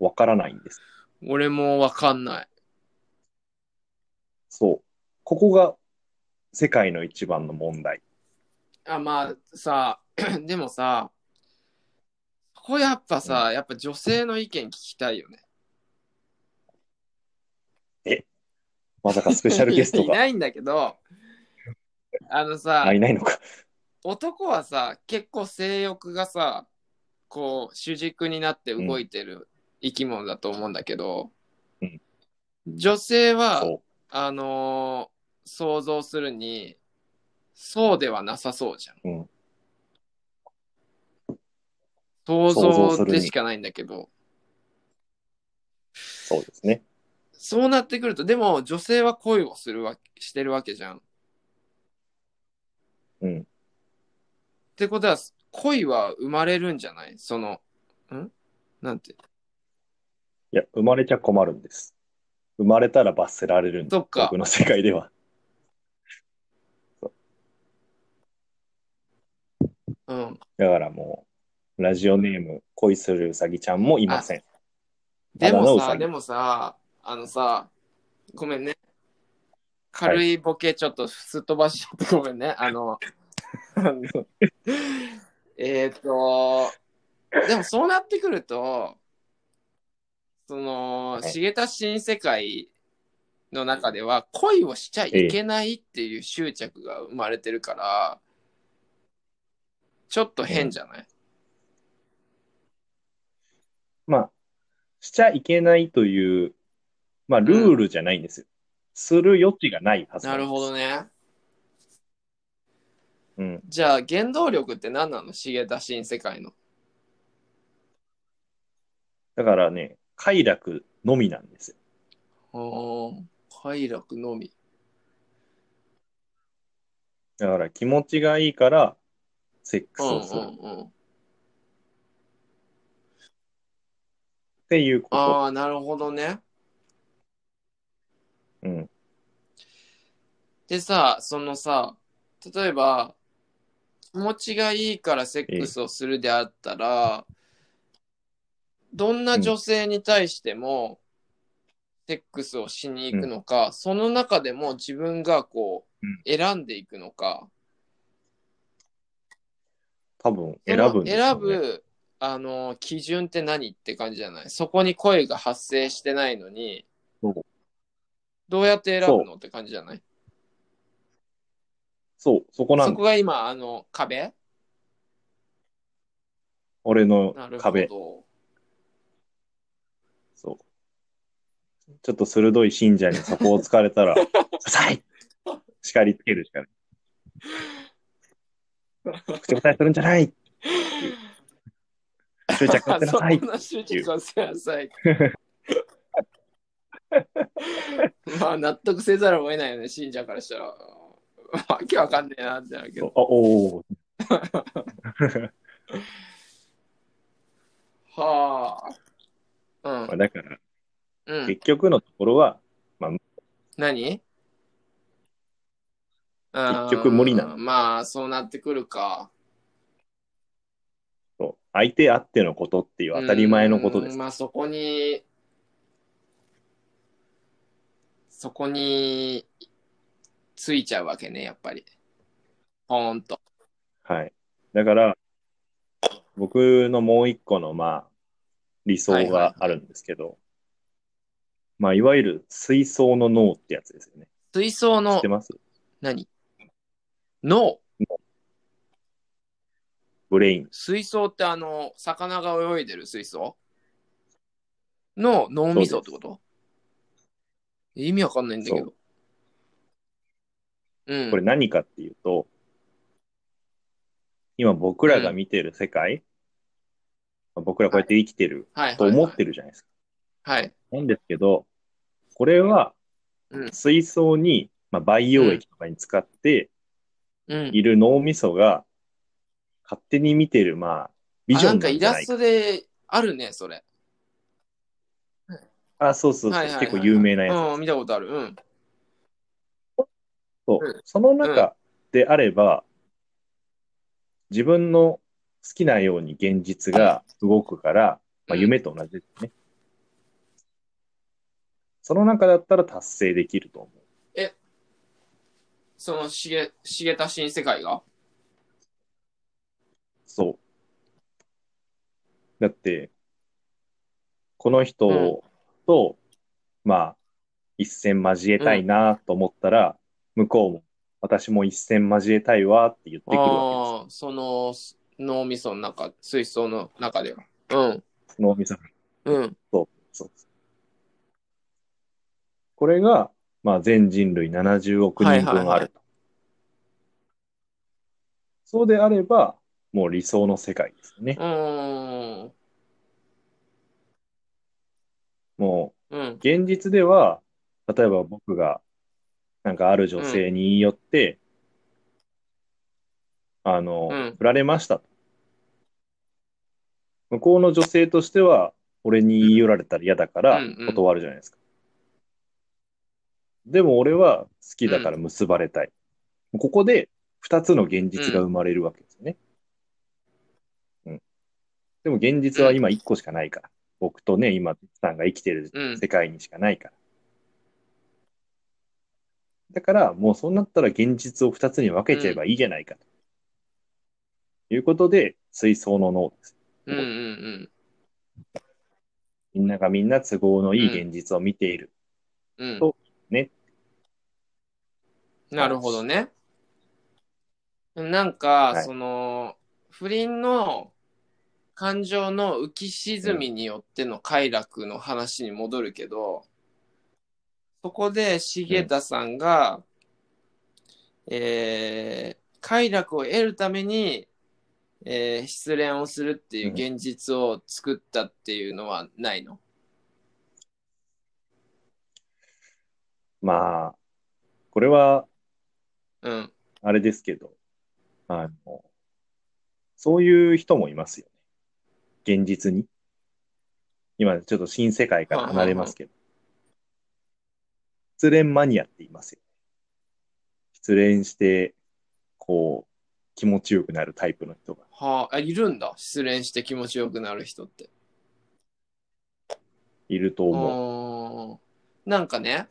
[SPEAKER 1] わからないんです。
[SPEAKER 2] 俺もわかんない。
[SPEAKER 1] そう。ここが世界の一番の問題。
[SPEAKER 2] あ、まあさ、 でもさ、そこやっぱさ、やっぱ女性の意見聞きたいよね。
[SPEAKER 1] まさかスペシャルゲスト
[SPEAKER 2] い
[SPEAKER 1] が
[SPEAKER 2] ないんだけど、あのさ、
[SPEAKER 1] あいないのか。
[SPEAKER 2] 男はさ結構性欲がさこう主軸になって動いてる生き物だと思うんだけど、
[SPEAKER 1] うん
[SPEAKER 2] 女性は
[SPEAKER 1] そ
[SPEAKER 2] あのー想像するにそうではなさそうじゃん
[SPEAKER 1] う。うん。想
[SPEAKER 2] 想
[SPEAKER 1] 像す
[SPEAKER 2] 像
[SPEAKER 1] る
[SPEAKER 2] で
[SPEAKER 1] に
[SPEAKER 2] しかないんだけど
[SPEAKER 1] そうですね。
[SPEAKER 2] そうなってくるとでも女性は恋をするわけしてるわけじゃん。っ
[SPEAKER 1] うん。
[SPEAKER 2] てことは恋は生まれるんじゃないそのんなんて
[SPEAKER 1] いや、生まれちゃ困るんです。生まれたら罰せられるんです。
[SPEAKER 2] そっか
[SPEAKER 1] 僕の世界では。
[SPEAKER 2] うん
[SPEAKER 1] だからもう、ラジオネーム、恋するうさぎちゃんもいません。
[SPEAKER 2] で
[SPEAKER 1] ただの
[SPEAKER 2] も
[SPEAKER 1] うさ
[SPEAKER 2] さ、
[SPEAKER 1] ぎ
[SPEAKER 2] でもさ、あのさ、ごめんね。軽いボケちょっとすっ飛ばしちゃってごめんね。あの、あのえーっと、でもそうなってくると、そ
[SPEAKER 1] は
[SPEAKER 2] の、
[SPEAKER 1] い
[SPEAKER 2] 茂田新世界の中では恋をしちゃいけないっていう執着が生まれてるから、ちょっと変じゃない、
[SPEAKER 1] まあ、しちゃいけないという、まあ、ルールじゃないんですよ。する余地がないはず
[SPEAKER 2] なる
[SPEAKER 1] ね。
[SPEAKER 2] ほどね。
[SPEAKER 1] うん。
[SPEAKER 2] じゃあ原動力って何なの茂田新世界の。
[SPEAKER 1] だからね、快楽のみなんですよ。
[SPEAKER 2] ああ、快楽のみ。
[SPEAKER 1] だから気持ちがいいから、セックスをする。
[SPEAKER 2] うんうんうん。
[SPEAKER 1] っていうこ
[SPEAKER 2] ああ、なるほどね。
[SPEAKER 1] と。うん。
[SPEAKER 2] でさ、そのさ、例えば、気持ちがいいからセックスをするであったら、どんな女性に対しても、セックスをしに行くのか、その中でも自分がこう
[SPEAKER 1] うん、
[SPEAKER 2] 選んでいくのか、
[SPEAKER 1] 多分
[SPEAKER 2] そ
[SPEAKER 1] 選
[SPEAKER 2] の
[SPEAKER 1] ぶんですよ、ね。
[SPEAKER 2] 選ぶ、あの、基準って何って感じじゃないそこに声が発生してないのに
[SPEAKER 1] そう、
[SPEAKER 2] どうやって選ぶのって感じじゃない
[SPEAKER 1] そう、そこな
[SPEAKER 2] そ
[SPEAKER 1] んだ
[SPEAKER 2] こが今、あの、壁
[SPEAKER 1] 俺の
[SPEAKER 2] なるほ
[SPEAKER 1] 壁。
[SPEAKER 2] ど。
[SPEAKER 1] そう。ちょっと鋭い信者にそこを突かれた ら、臭い叱りつけるしかない。口答えするんじゃない執着してな
[SPEAKER 2] そ
[SPEAKER 1] さい
[SPEAKER 2] んな集中させ なさい。まあ納得せざるを得ないよね、信者からしたら。わけわかんねえなってなるけ
[SPEAKER 1] そう
[SPEAKER 2] ど。
[SPEAKER 1] あ、おお、
[SPEAKER 2] はあ。
[SPEAKER 1] まあ、だから、
[SPEAKER 2] うん。うん
[SPEAKER 1] 結、局のところは、
[SPEAKER 2] 何
[SPEAKER 1] 結局無理なの
[SPEAKER 2] うんまあそうなってくるか。
[SPEAKER 1] そう相手あってのことっていう当たり前のことで
[SPEAKER 2] う
[SPEAKER 1] す
[SPEAKER 2] ん。まあそこに、そこについちゃうわけね、やっぱり。ほんと。
[SPEAKER 1] はい。だから、僕のもう一個の、まあ、理想があるんですけど、まあ、いわゆる水槽の脳ってやつですよね。
[SPEAKER 2] 水槽
[SPEAKER 1] 知
[SPEAKER 2] の
[SPEAKER 1] ってます
[SPEAKER 2] 何の
[SPEAKER 1] ブレイン。
[SPEAKER 2] 水槽ってあの魚が泳いでる水槽の脳みそってこと意味わかんないんだけど。うん。
[SPEAKER 1] これ何かっていうと、今僕らが見てる世界、まあ僕らこうやって生きてる
[SPEAKER 2] はい
[SPEAKER 1] と
[SPEAKER 2] はい
[SPEAKER 1] 思
[SPEAKER 2] は
[SPEAKER 1] っ
[SPEAKER 2] い、
[SPEAKER 1] てるじゃないですか。
[SPEAKER 2] はい。
[SPEAKER 1] なんですけど、これは
[SPEAKER 2] うん
[SPEAKER 1] 水槽に、まあ、培養液とかに使って
[SPEAKER 2] うん。
[SPEAKER 1] いる脳みそが勝手に見てる、まあ、ビ
[SPEAKER 2] あ
[SPEAKER 1] ジョ
[SPEAKER 2] なん
[SPEAKER 1] ン
[SPEAKER 2] か
[SPEAKER 1] なん
[SPEAKER 2] イ
[SPEAKER 1] じゃ
[SPEAKER 2] ラ
[SPEAKER 1] ない
[SPEAKER 2] ス
[SPEAKER 1] か。
[SPEAKER 2] トであるね、それ。
[SPEAKER 1] あ、そうそうそう、
[SPEAKER 2] はいはいはい
[SPEAKER 1] 結構有名なやつです。
[SPEAKER 2] うん、見たことある。うん。
[SPEAKER 1] そう
[SPEAKER 2] うん
[SPEAKER 1] その中であれば、自分の好きなように現実が動くから、まあ、
[SPEAKER 2] うん
[SPEAKER 1] 夢と同じですね。その中だったら達成できると思う。
[SPEAKER 2] そのしげ、しげた新世界が。
[SPEAKER 1] そう。だって、この人と、まあ、一戦交えたいなと思ったら、向こうも、私も一戦交えたいわって言ってくるわけです。
[SPEAKER 2] ああ、その脳みその中、水槽の中では。うん。
[SPEAKER 1] 脳みそ
[SPEAKER 2] うん。
[SPEAKER 1] そうそうこれが、まあ、全人類70億人
[SPEAKER 2] はいはい
[SPEAKER 1] 分
[SPEAKER 2] は
[SPEAKER 1] あ
[SPEAKER 2] い
[SPEAKER 1] ると。そうであれば、もう理想の世界ですよね
[SPEAKER 2] う。ーん。
[SPEAKER 1] も
[SPEAKER 2] うん
[SPEAKER 1] う、。現実では、例えば僕が、なんかある女性に言い寄って、あの、
[SPEAKER 2] うん
[SPEAKER 1] 振られましたと。向こうの女性としては、俺に言い寄られたら嫌だから
[SPEAKER 2] うんうん、
[SPEAKER 1] 断るじゃないですか。でも俺は好きだから結ばれたい。ここで2つの現実が生まれるわけですよね。うん。でも現実は今1個しかないから。僕とね、今、さんが生きてる
[SPEAKER 2] うん
[SPEAKER 1] 世界にしかないから。だから、もうそうなったら現実を2つに分けちゃえばいいじゃないかと。いうことで、水槽の脳です。
[SPEAKER 2] うんうんうん。
[SPEAKER 1] みんながみんな都合のいい現実を見ている。
[SPEAKER 2] うん
[SPEAKER 1] とね。
[SPEAKER 2] なるほどね。なんか、
[SPEAKER 1] はい
[SPEAKER 2] その、不倫の感情の浮き沈みによっての快楽の話に戻るけど、そこで重田さんが、えー快楽を得るために、えー失恋をするっていう現実を作ったっていうのはないの、
[SPEAKER 1] まあ、これは、
[SPEAKER 2] うん、
[SPEAKER 1] あれですけど、あの、そういう人もいますよね。現実に。今ちょっと新世界から離れますけど、失恋マニアって言いますよ。失恋して、こう、気持ちよくなるタイプの人が。
[SPEAKER 2] はあ、あいるんだ。失恋して気持ちよくなる人って。
[SPEAKER 1] いると思う。
[SPEAKER 2] あーなんかね、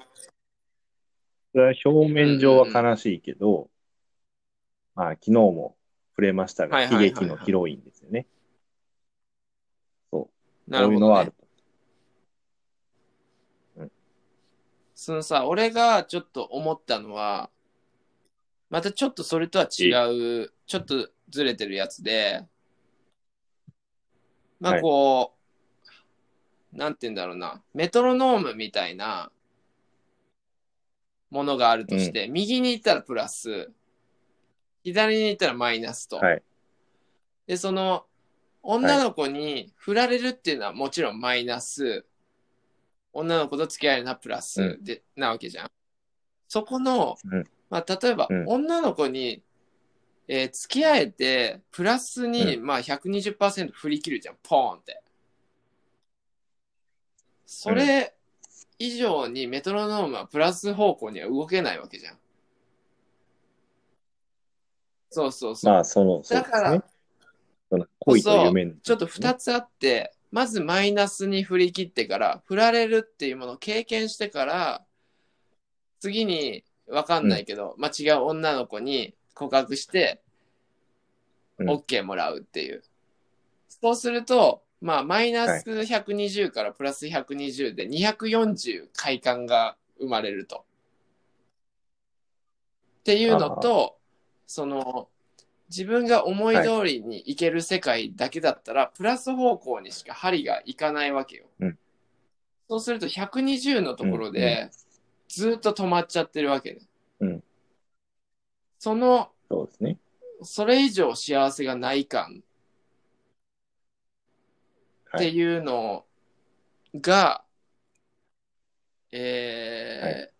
[SPEAKER 1] それは表面上は悲しいけど、まあ昨日も触れましたが、
[SPEAKER 2] はいはいはいはい
[SPEAKER 1] 悲劇のヒロインですよね。そう。
[SPEAKER 2] なる
[SPEAKER 1] そうい
[SPEAKER 2] ほ
[SPEAKER 1] うの
[SPEAKER 2] ど、
[SPEAKER 1] はあ
[SPEAKER 2] ね
[SPEAKER 1] る。。
[SPEAKER 2] そのさ、俺がちょっと思ったのは、またちょっとそれとは違う、ちょっとずれてるやつで、まあこう、なんて言うんだろうな、メトロノームみたいなものがあるとして、右に行ったらプラス、左に行ったらマイナスと。
[SPEAKER 1] はい
[SPEAKER 2] で、その、女の子に振られるっていうのはもちろんマイナス、女の子と付き合えるのはプラス
[SPEAKER 1] う
[SPEAKER 2] で、なわけじゃん。そこの、
[SPEAKER 1] うん
[SPEAKER 2] まあ、例えば、
[SPEAKER 1] うん
[SPEAKER 2] 女の子に、えー付き合えて、プラスに、まあ、120%振り切るじゃん、ポーンって。それ以上にメトロノームはプラス方向には動けないわけじゃん。そうそうそう。
[SPEAKER 1] まあ、その、そう
[SPEAKER 2] だ
[SPEAKER 1] で
[SPEAKER 2] か
[SPEAKER 1] すね
[SPEAKER 2] ら。、
[SPEAKER 1] その恋と夢の、
[SPEAKER 2] ちょっと2つあって、まずマイナスに振り切ってから、振られるっていうものを経験してから、次に分かんないけど、まあ違う女の子に告白して、
[SPEAKER 1] うん
[SPEAKER 2] OK もらうっていう。そうすると、まあマイナス120からプラス120で240快感が生まれると。っていうのと、その、自分が思い通りに行ける世界だけだったら、プラス方向にしか針がいかないわけよ。
[SPEAKER 1] うん
[SPEAKER 2] そうすると120のところで、ずっと止まっちゃってるわけね。
[SPEAKER 1] うん
[SPEAKER 2] その、
[SPEAKER 1] そうですね。
[SPEAKER 2] それ以上幸せがない感っ
[SPEAKER 1] は
[SPEAKER 2] て
[SPEAKER 1] い。
[SPEAKER 2] いうのが、えー
[SPEAKER 1] は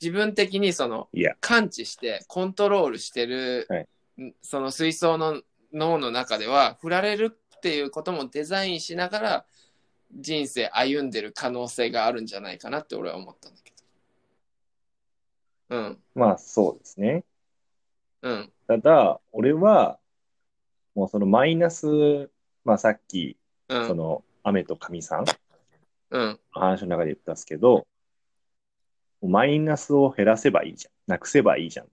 [SPEAKER 2] 自分的にその、
[SPEAKER 1] いや、
[SPEAKER 2] 感知してコントロールしてる、
[SPEAKER 1] はい
[SPEAKER 2] んその水槽の脳の中では振られるっていうこともデザインしながら人生歩んでる可能性があるんじゃないかなって俺は思ったんだけどうん
[SPEAKER 1] まあ、そうですね。
[SPEAKER 2] うん
[SPEAKER 1] ただ、俺は、もうそのマイナス、まあさっき、
[SPEAKER 2] う
[SPEAKER 1] そ
[SPEAKER 2] ん
[SPEAKER 1] の、雨と神さんの
[SPEAKER 2] うん
[SPEAKER 1] 話の中で言ったんですけど、マイナスを減らせばいいじゃん。なくせばいいじゃん。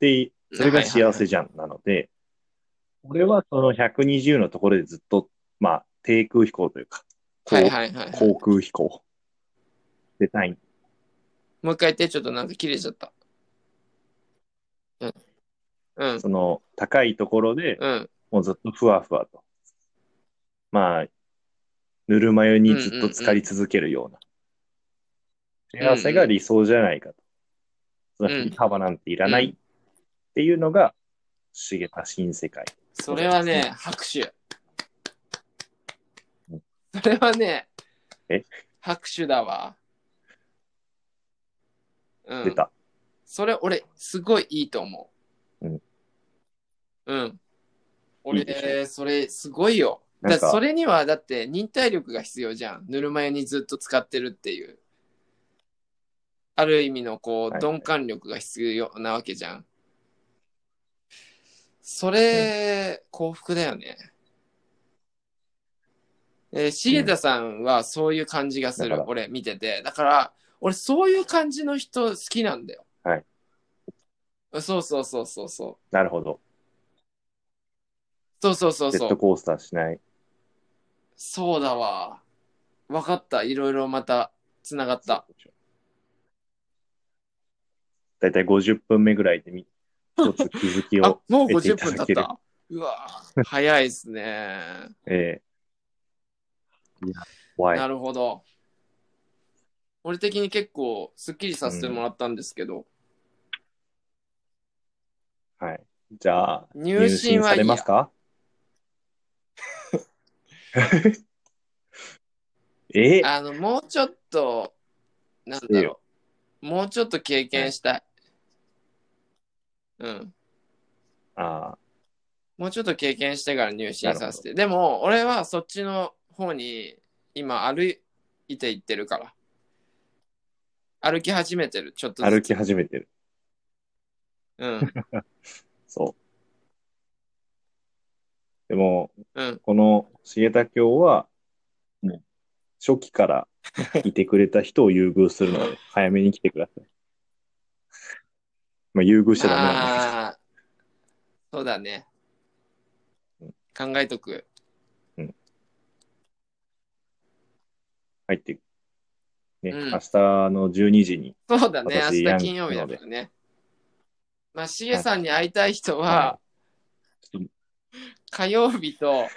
[SPEAKER 1] で、それが幸せじゃん。なので、俺はその120のところでずっと、まあ、低空飛行というか、こう
[SPEAKER 2] はいはいはい、はい、
[SPEAKER 1] 航空飛行。デザイン。
[SPEAKER 2] もう一回言ってちょっとなんか切れちゃったうんうん
[SPEAKER 1] その、高いところで、
[SPEAKER 2] うん
[SPEAKER 1] もうずっとふわふわと。まあ、ぬるま湯にずっと浸かり続けるよう
[SPEAKER 2] うん
[SPEAKER 1] な。幸せが理想じゃないかと。その
[SPEAKER 2] うん
[SPEAKER 1] 振り幅なんていらな
[SPEAKER 2] うん
[SPEAKER 1] いっていうのが、茂田新世界。
[SPEAKER 2] それはね拍手それはね
[SPEAKER 1] え
[SPEAKER 2] 拍手だわうん
[SPEAKER 1] 出た。
[SPEAKER 2] それ俺すごいいいと思う。
[SPEAKER 1] うん。
[SPEAKER 2] うん。俺
[SPEAKER 1] いいで
[SPEAKER 2] それすごいよ。
[SPEAKER 1] なん
[SPEAKER 2] だ
[SPEAKER 1] か
[SPEAKER 2] からそれにはだって忍耐力が必要じゃん。ぬるま湯にずっと使ってるっていう。ある意味のこ
[SPEAKER 1] は
[SPEAKER 2] う
[SPEAKER 1] いはい
[SPEAKER 2] 鈍感力が必要なわけじゃん。それ、幸福だよね。えー、重田さんはそういう感じがす
[SPEAKER 1] だか
[SPEAKER 2] る。
[SPEAKER 1] ら
[SPEAKER 2] 俺見てて。だから、俺そういう感じの人好きなんだよ。
[SPEAKER 1] はい。
[SPEAKER 2] そうそうそうそうそう。
[SPEAKER 1] なるほど。
[SPEAKER 2] そうそうそう
[SPEAKER 1] ジェ
[SPEAKER 2] そ
[SPEAKER 1] ット
[SPEAKER 2] う。
[SPEAKER 1] コースターしない。
[SPEAKER 2] そうだわ。分かった。いろいろまたつながった。
[SPEAKER 1] だいたい50分目ぐらい でみ、一つ気づき
[SPEAKER 2] あ
[SPEAKER 1] を、、
[SPEAKER 2] もう
[SPEAKER 1] 得てい
[SPEAKER 2] 50
[SPEAKER 1] た
[SPEAKER 2] 分
[SPEAKER 1] だ
[SPEAKER 2] 経
[SPEAKER 1] け
[SPEAKER 2] っ
[SPEAKER 1] る
[SPEAKER 2] た。うわー早いで すね。
[SPEAKER 1] えーいや、怖い。
[SPEAKER 2] なるほど。俺的に結構すっきりさせてもらったんですけど、
[SPEAKER 1] はい。じゃあ、
[SPEAKER 2] 入信は
[SPEAKER 1] さ
[SPEAKER 2] いいや
[SPEAKER 1] れますか え
[SPEAKER 2] あの、もうちょっと、なんだ
[SPEAKER 1] いい
[SPEAKER 2] ろ
[SPEAKER 1] よ
[SPEAKER 2] う。もうちょっと経験したい。うん。
[SPEAKER 1] あ
[SPEAKER 2] もうちょっと経験してから入信させて。でも、俺はそっちの方に今歩いていってるから。歩き始めてる、ちょっとずつ
[SPEAKER 1] 歩き始めてる。
[SPEAKER 2] うん。
[SPEAKER 1] そう。でも、
[SPEAKER 2] うん。
[SPEAKER 1] この重田教は、もう初期からいてくれた人を優遇するので、早めに来てください。まあ、優遇しちゃダメなんだけど
[SPEAKER 2] ああ、そうだね。考えとく。
[SPEAKER 1] 入って、ね、
[SPEAKER 2] うん
[SPEAKER 1] 明日の12時に、
[SPEAKER 2] そうだね。
[SPEAKER 1] 私
[SPEAKER 2] 明日金曜日だからね。まあ、シエさんに会いたい人は、
[SPEAKER 1] ちょっと
[SPEAKER 2] 火曜日 と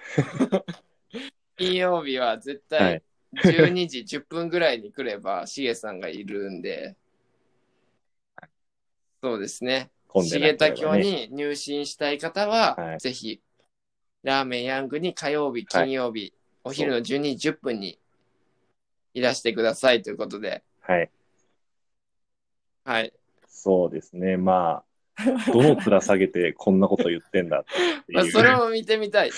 [SPEAKER 2] 金曜日は絶
[SPEAKER 1] は
[SPEAKER 2] 対
[SPEAKER 1] い
[SPEAKER 2] 12時10分ぐらいに来れば、シゲさんがいるんで、そうですね。
[SPEAKER 1] 混んで
[SPEAKER 2] シ
[SPEAKER 1] な
[SPEAKER 2] ゲ
[SPEAKER 1] いから
[SPEAKER 2] タ
[SPEAKER 1] ね
[SPEAKER 2] 教に入信したい方は、
[SPEAKER 1] はい
[SPEAKER 2] ぜひ、ラーメンヤングに火曜日、金曜日、お昼の12時10分にいらしてくださいということで、
[SPEAKER 1] はい。
[SPEAKER 2] はい。
[SPEAKER 1] そうですね。まあ、どの面下げてこんなこと言ってんだって
[SPEAKER 2] まあ、
[SPEAKER 1] いう。
[SPEAKER 2] それも見てみたい。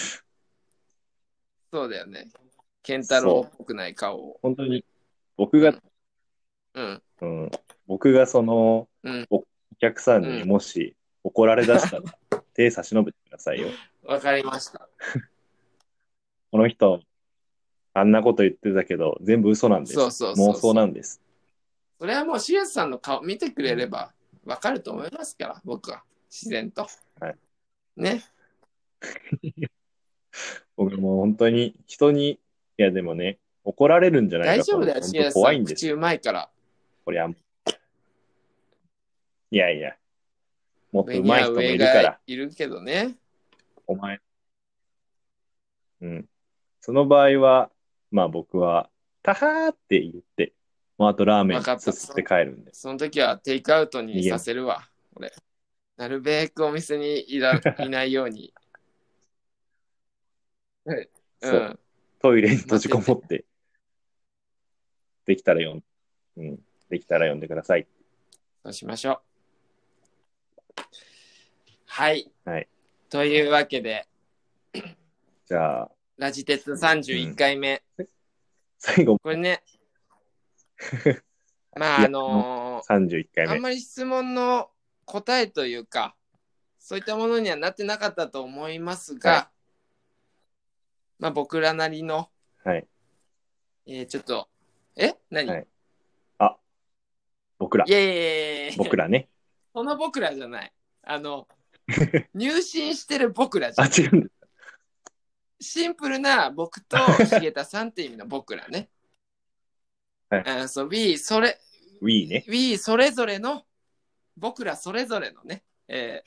[SPEAKER 2] そうだよね。ケンタロウっぽくない顔を。
[SPEAKER 1] 本当に、僕が、
[SPEAKER 2] うん。
[SPEAKER 1] うん、僕がその、
[SPEAKER 2] うん
[SPEAKER 1] お客さんにもし怒られだしたら、 手差し伸べてくださいよ。
[SPEAKER 2] わかりました。
[SPEAKER 1] この人、あんなこと言ってたけど、全部嘘なんです。
[SPEAKER 2] そうそうそうそ
[SPEAKER 1] 妄
[SPEAKER 2] う
[SPEAKER 1] 想なんです。
[SPEAKER 2] それはもう、シエスさんの顔見てくれればわかると思いますから、僕は。自然と。
[SPEAKER 1] はい
[SPEAKER 2] ね。
[SPEAKER 1] 僕も本当に、人に、いやでもね、怒られるんじゃない
[SPEAKER 2] 大
[SPEAKER 1] かと
[SPEAKER 2] 丈
[SPEAKER 1] 思う
[SPEAKER 2] 夫だよ、シエ
[SPEAKER 1] 本当
[SPEAKER 2] スさん。
[SPEAKER 1] 怖いんです
[SPEAKER 2] 口うまいから。
[SPEAKER 1] こりゃ。いやいや、もっと
[SPEAKER 2] 上
[SPEAKER 1] 上手
[SPEAKER 2] にはい
[SPEAKER 1] 人もい
[SPEAKER 2] 上
[SPEAKER 1] るから
[SPEAKER 2] が、いるけどね。
[SPEAKER 1] お前。うん。その場合は、まあ僕は、たはーって言って、もうあとラーメン
[SPEAKER 2] わかった
[SPEAKER 1] すすって帰るんで。
[SPEAKER 2] その時はテイクアウトにさせるわ、俺。なるべくお店にいらいないように。はいうん、
[SPEAKER 1] そうトイレに閉じこもって、できたら読ん、うん、できたら読んでください。
[SPEAKER 2] そうしましょう。はい。
[SPEAKER 1] はい
[SPEAKER 2] というわけで、
[SPEAKER 1] じゃあ、
[SPEAKER 2] ラジ鉄31回目。
[SPEAKER 1] 最後、
[SPEAKER 2] これね。 まあ、あの
[SPEAKER 1] 31
[SPEAKER 2] ー
[SPEAKER 1] 回
[SPEAKER 2] あん
[SPEAKER 1] 目。
[SPEAKER 2] まり質問の答えというか、そういったものにはなってなかったと思いますが、
[SPEAKER 1] は
[SPEAKER 2] まあ、僕らなりの、
[SPEAKER 1] はい。
[SPEAKER 2] えーちょっと、え何、
[SPEAKER 1] はい僕ら
[SPEAKER 2] イ。エーイ
[SPEAKER 1] 僕らね。
[SPEAKER 2] その僕らじゃない。あ の、入信してる僕らじゃ
[SPEAKER 1] あ、
[SPEAKER 2] ない
[SPEAKER 1] 違うんだ。
[SPEAKER 2] シンプルな僕と重田さんっていう意味の僕らね。
[SPEAKER 1] はい
[SPEAKER 2] あそう、we それ、
[SPEAKER 1] We ね。
[SPEAKER 2] We それぞれの、僕らそれぞれのね、え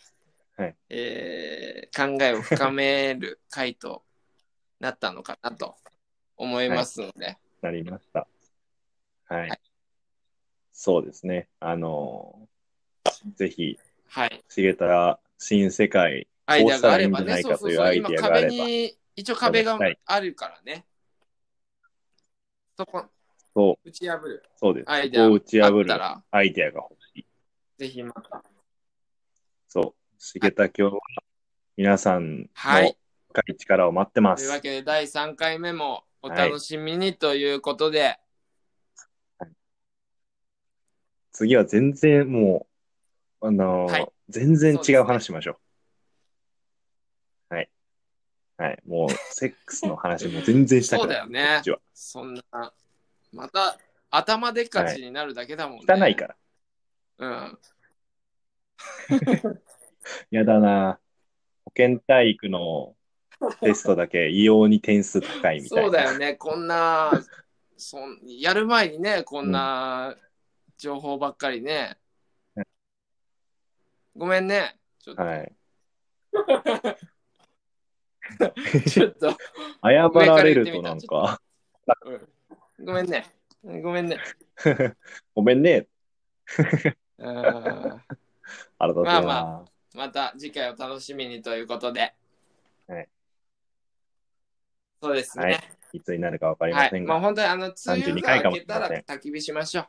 [SPEAKER 2] ー
[SPEAKER 1] はい
[SPEAKER 2] えー考えを深める回となったのかなと思いますので、
[SPEAKER 1] なりました。はい。
[SPEAKER 2] はい
[SPEAKER 1] そうですね。あのーぜひ、
[SPEAKER 2] はい。
[SPEAKER 1] 茂田新世界、
[SPEAKER 2] アイデアがあれば
[SPEAKER 1] こう
[SPEAKER 2] ね、
[SPEAKER 1] した
[SPEAKER 2] そ
[SPEAKER 1] ら
[SPEAKER 2] うそう
[SPEAKER 1] いいんじゃ
[SPEAKER 2] そう、
[SPEAKER 1] ないかというアイデアがあれ
[SPEAKER 2] 今壁
[SPEAKER 1] ば
[SPEAKER 2] に、一応壁があるからね。そこ、
[SPEAKER 1] そう、
[SPEAKER 2] 打ち破る
[SPEAKER 1] そうです。
[SPEAKER 2] アイデ
[SPEAKER 1] そ
[SPEAKER 2] ア
[SPEAKER 1] こ
[SPEAKER 2] が
[SPEAKER 1] を打ち破
[SPEAKER 2] あっ
[SPEAKER 1] る
[SPEAKER 2] たら、
[SPEAKER 1] アイデアが欲しい。
[SPEAKER 2] ぜひまた。
[SPEAKER 1] そう。茂田教は、皆さんの
[SPEAKER 2] はい
[SPEAKER 1] 深い力を待ってま
[SPEAKER 2] と
[SPEAKER 1] す。
[SPEAKER 2] いうわけで、第3回目もお楽しみにということで、
[SPEAKER 1] 次は全然もう、あのー
[SPEAKER 2] はい
[SPEAKER 1] 全然
[SPEAKER 2] そう
[SPEAKER 1] 違
[SPEAKER 2] ですね
[SPEAKER 1] う話しましょう。はい。はい。もう、セックスの話も全然した
[SPEAKER 2] そ
[SPEAKER 1] く
[SPEAKER 2] うだ
[SPEAKER 1] ない。
[SPEAKER 2] よね
[SPEAKER 1] っちは。
[SPEAKER 2] そんな、また頭でっかちになるだけだもんね。
[SPEAKER 1] 汚いから。
[SPEAKER 2] ら。うん。
[SPEAKER 1] やだな。保健体育のテストだけ異様に点数高いみたいな。
[SPEAKER 2] そうだよね、こ んな、そんやる前にね、こんな情報ばっかりね。ごめんね、ちょっと、
[SPEAKER 1] はい。
[SPEAKER 2] ちょっと、
[SPEAKER 1] 謝られるとなんか、
[SPEAKER 2] うんごめんね、ごめんね。
[SPEAKER 1] ごめんね、
[SPEAKER 2] うん
[SPEAKER 1] ありがとうございます。
[SPEAKER 2] まあまた次回を楽しみにということで。
[SPEAKER 1] はい
[SPEAKER 2] そうですね。
[SPEAKER 1] はいいつになるかわかりま
[SPEAKER 2] は
[SPEAKER 1] せ
[SPEAKER 2] い。
[SPEAKER 1] ん
[SPEAKER 2] ま
[SPEAKER 1] が、
[SPEAKER 2] あ本当にあの、梅雨
[SPEAKER 1] 32
[SPEAKER 2] が
[SPEAKER 1] 回か
[SPEAKER 2] 明
[SPEAKER 1] もし
[SPEAKER 2] け
[SPEAKER 1] れ
[SPEAKER 2] た
[SPEAKER 1] ま
[SPEAKER 2] ら
[SPEAKER 1] せん
[SPEAKER 2] 焚き火しましょ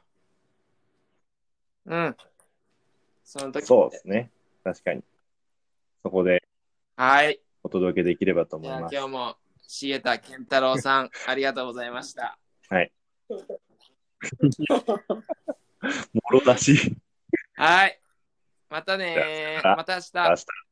[SPEAKER 2] う。うん。その時
[SPEAKER 1] そうですね。確かに。そこで、
[SPEAKER 2] はい。
[SPEAKER 1] お届けできればと思
[SPEAKER 2] じ
[SPEAKER 1] い
[SPEAKER 2] ゃあ今
[SPEAKER 1] ます。
[SPEAKER 2] 日も重田健太郎さんありがとうございました。
[SPEAKER 1] もろだし。
[SPEAKER 2] はい。またねー。また明日
[SPEAKER 1] 明。日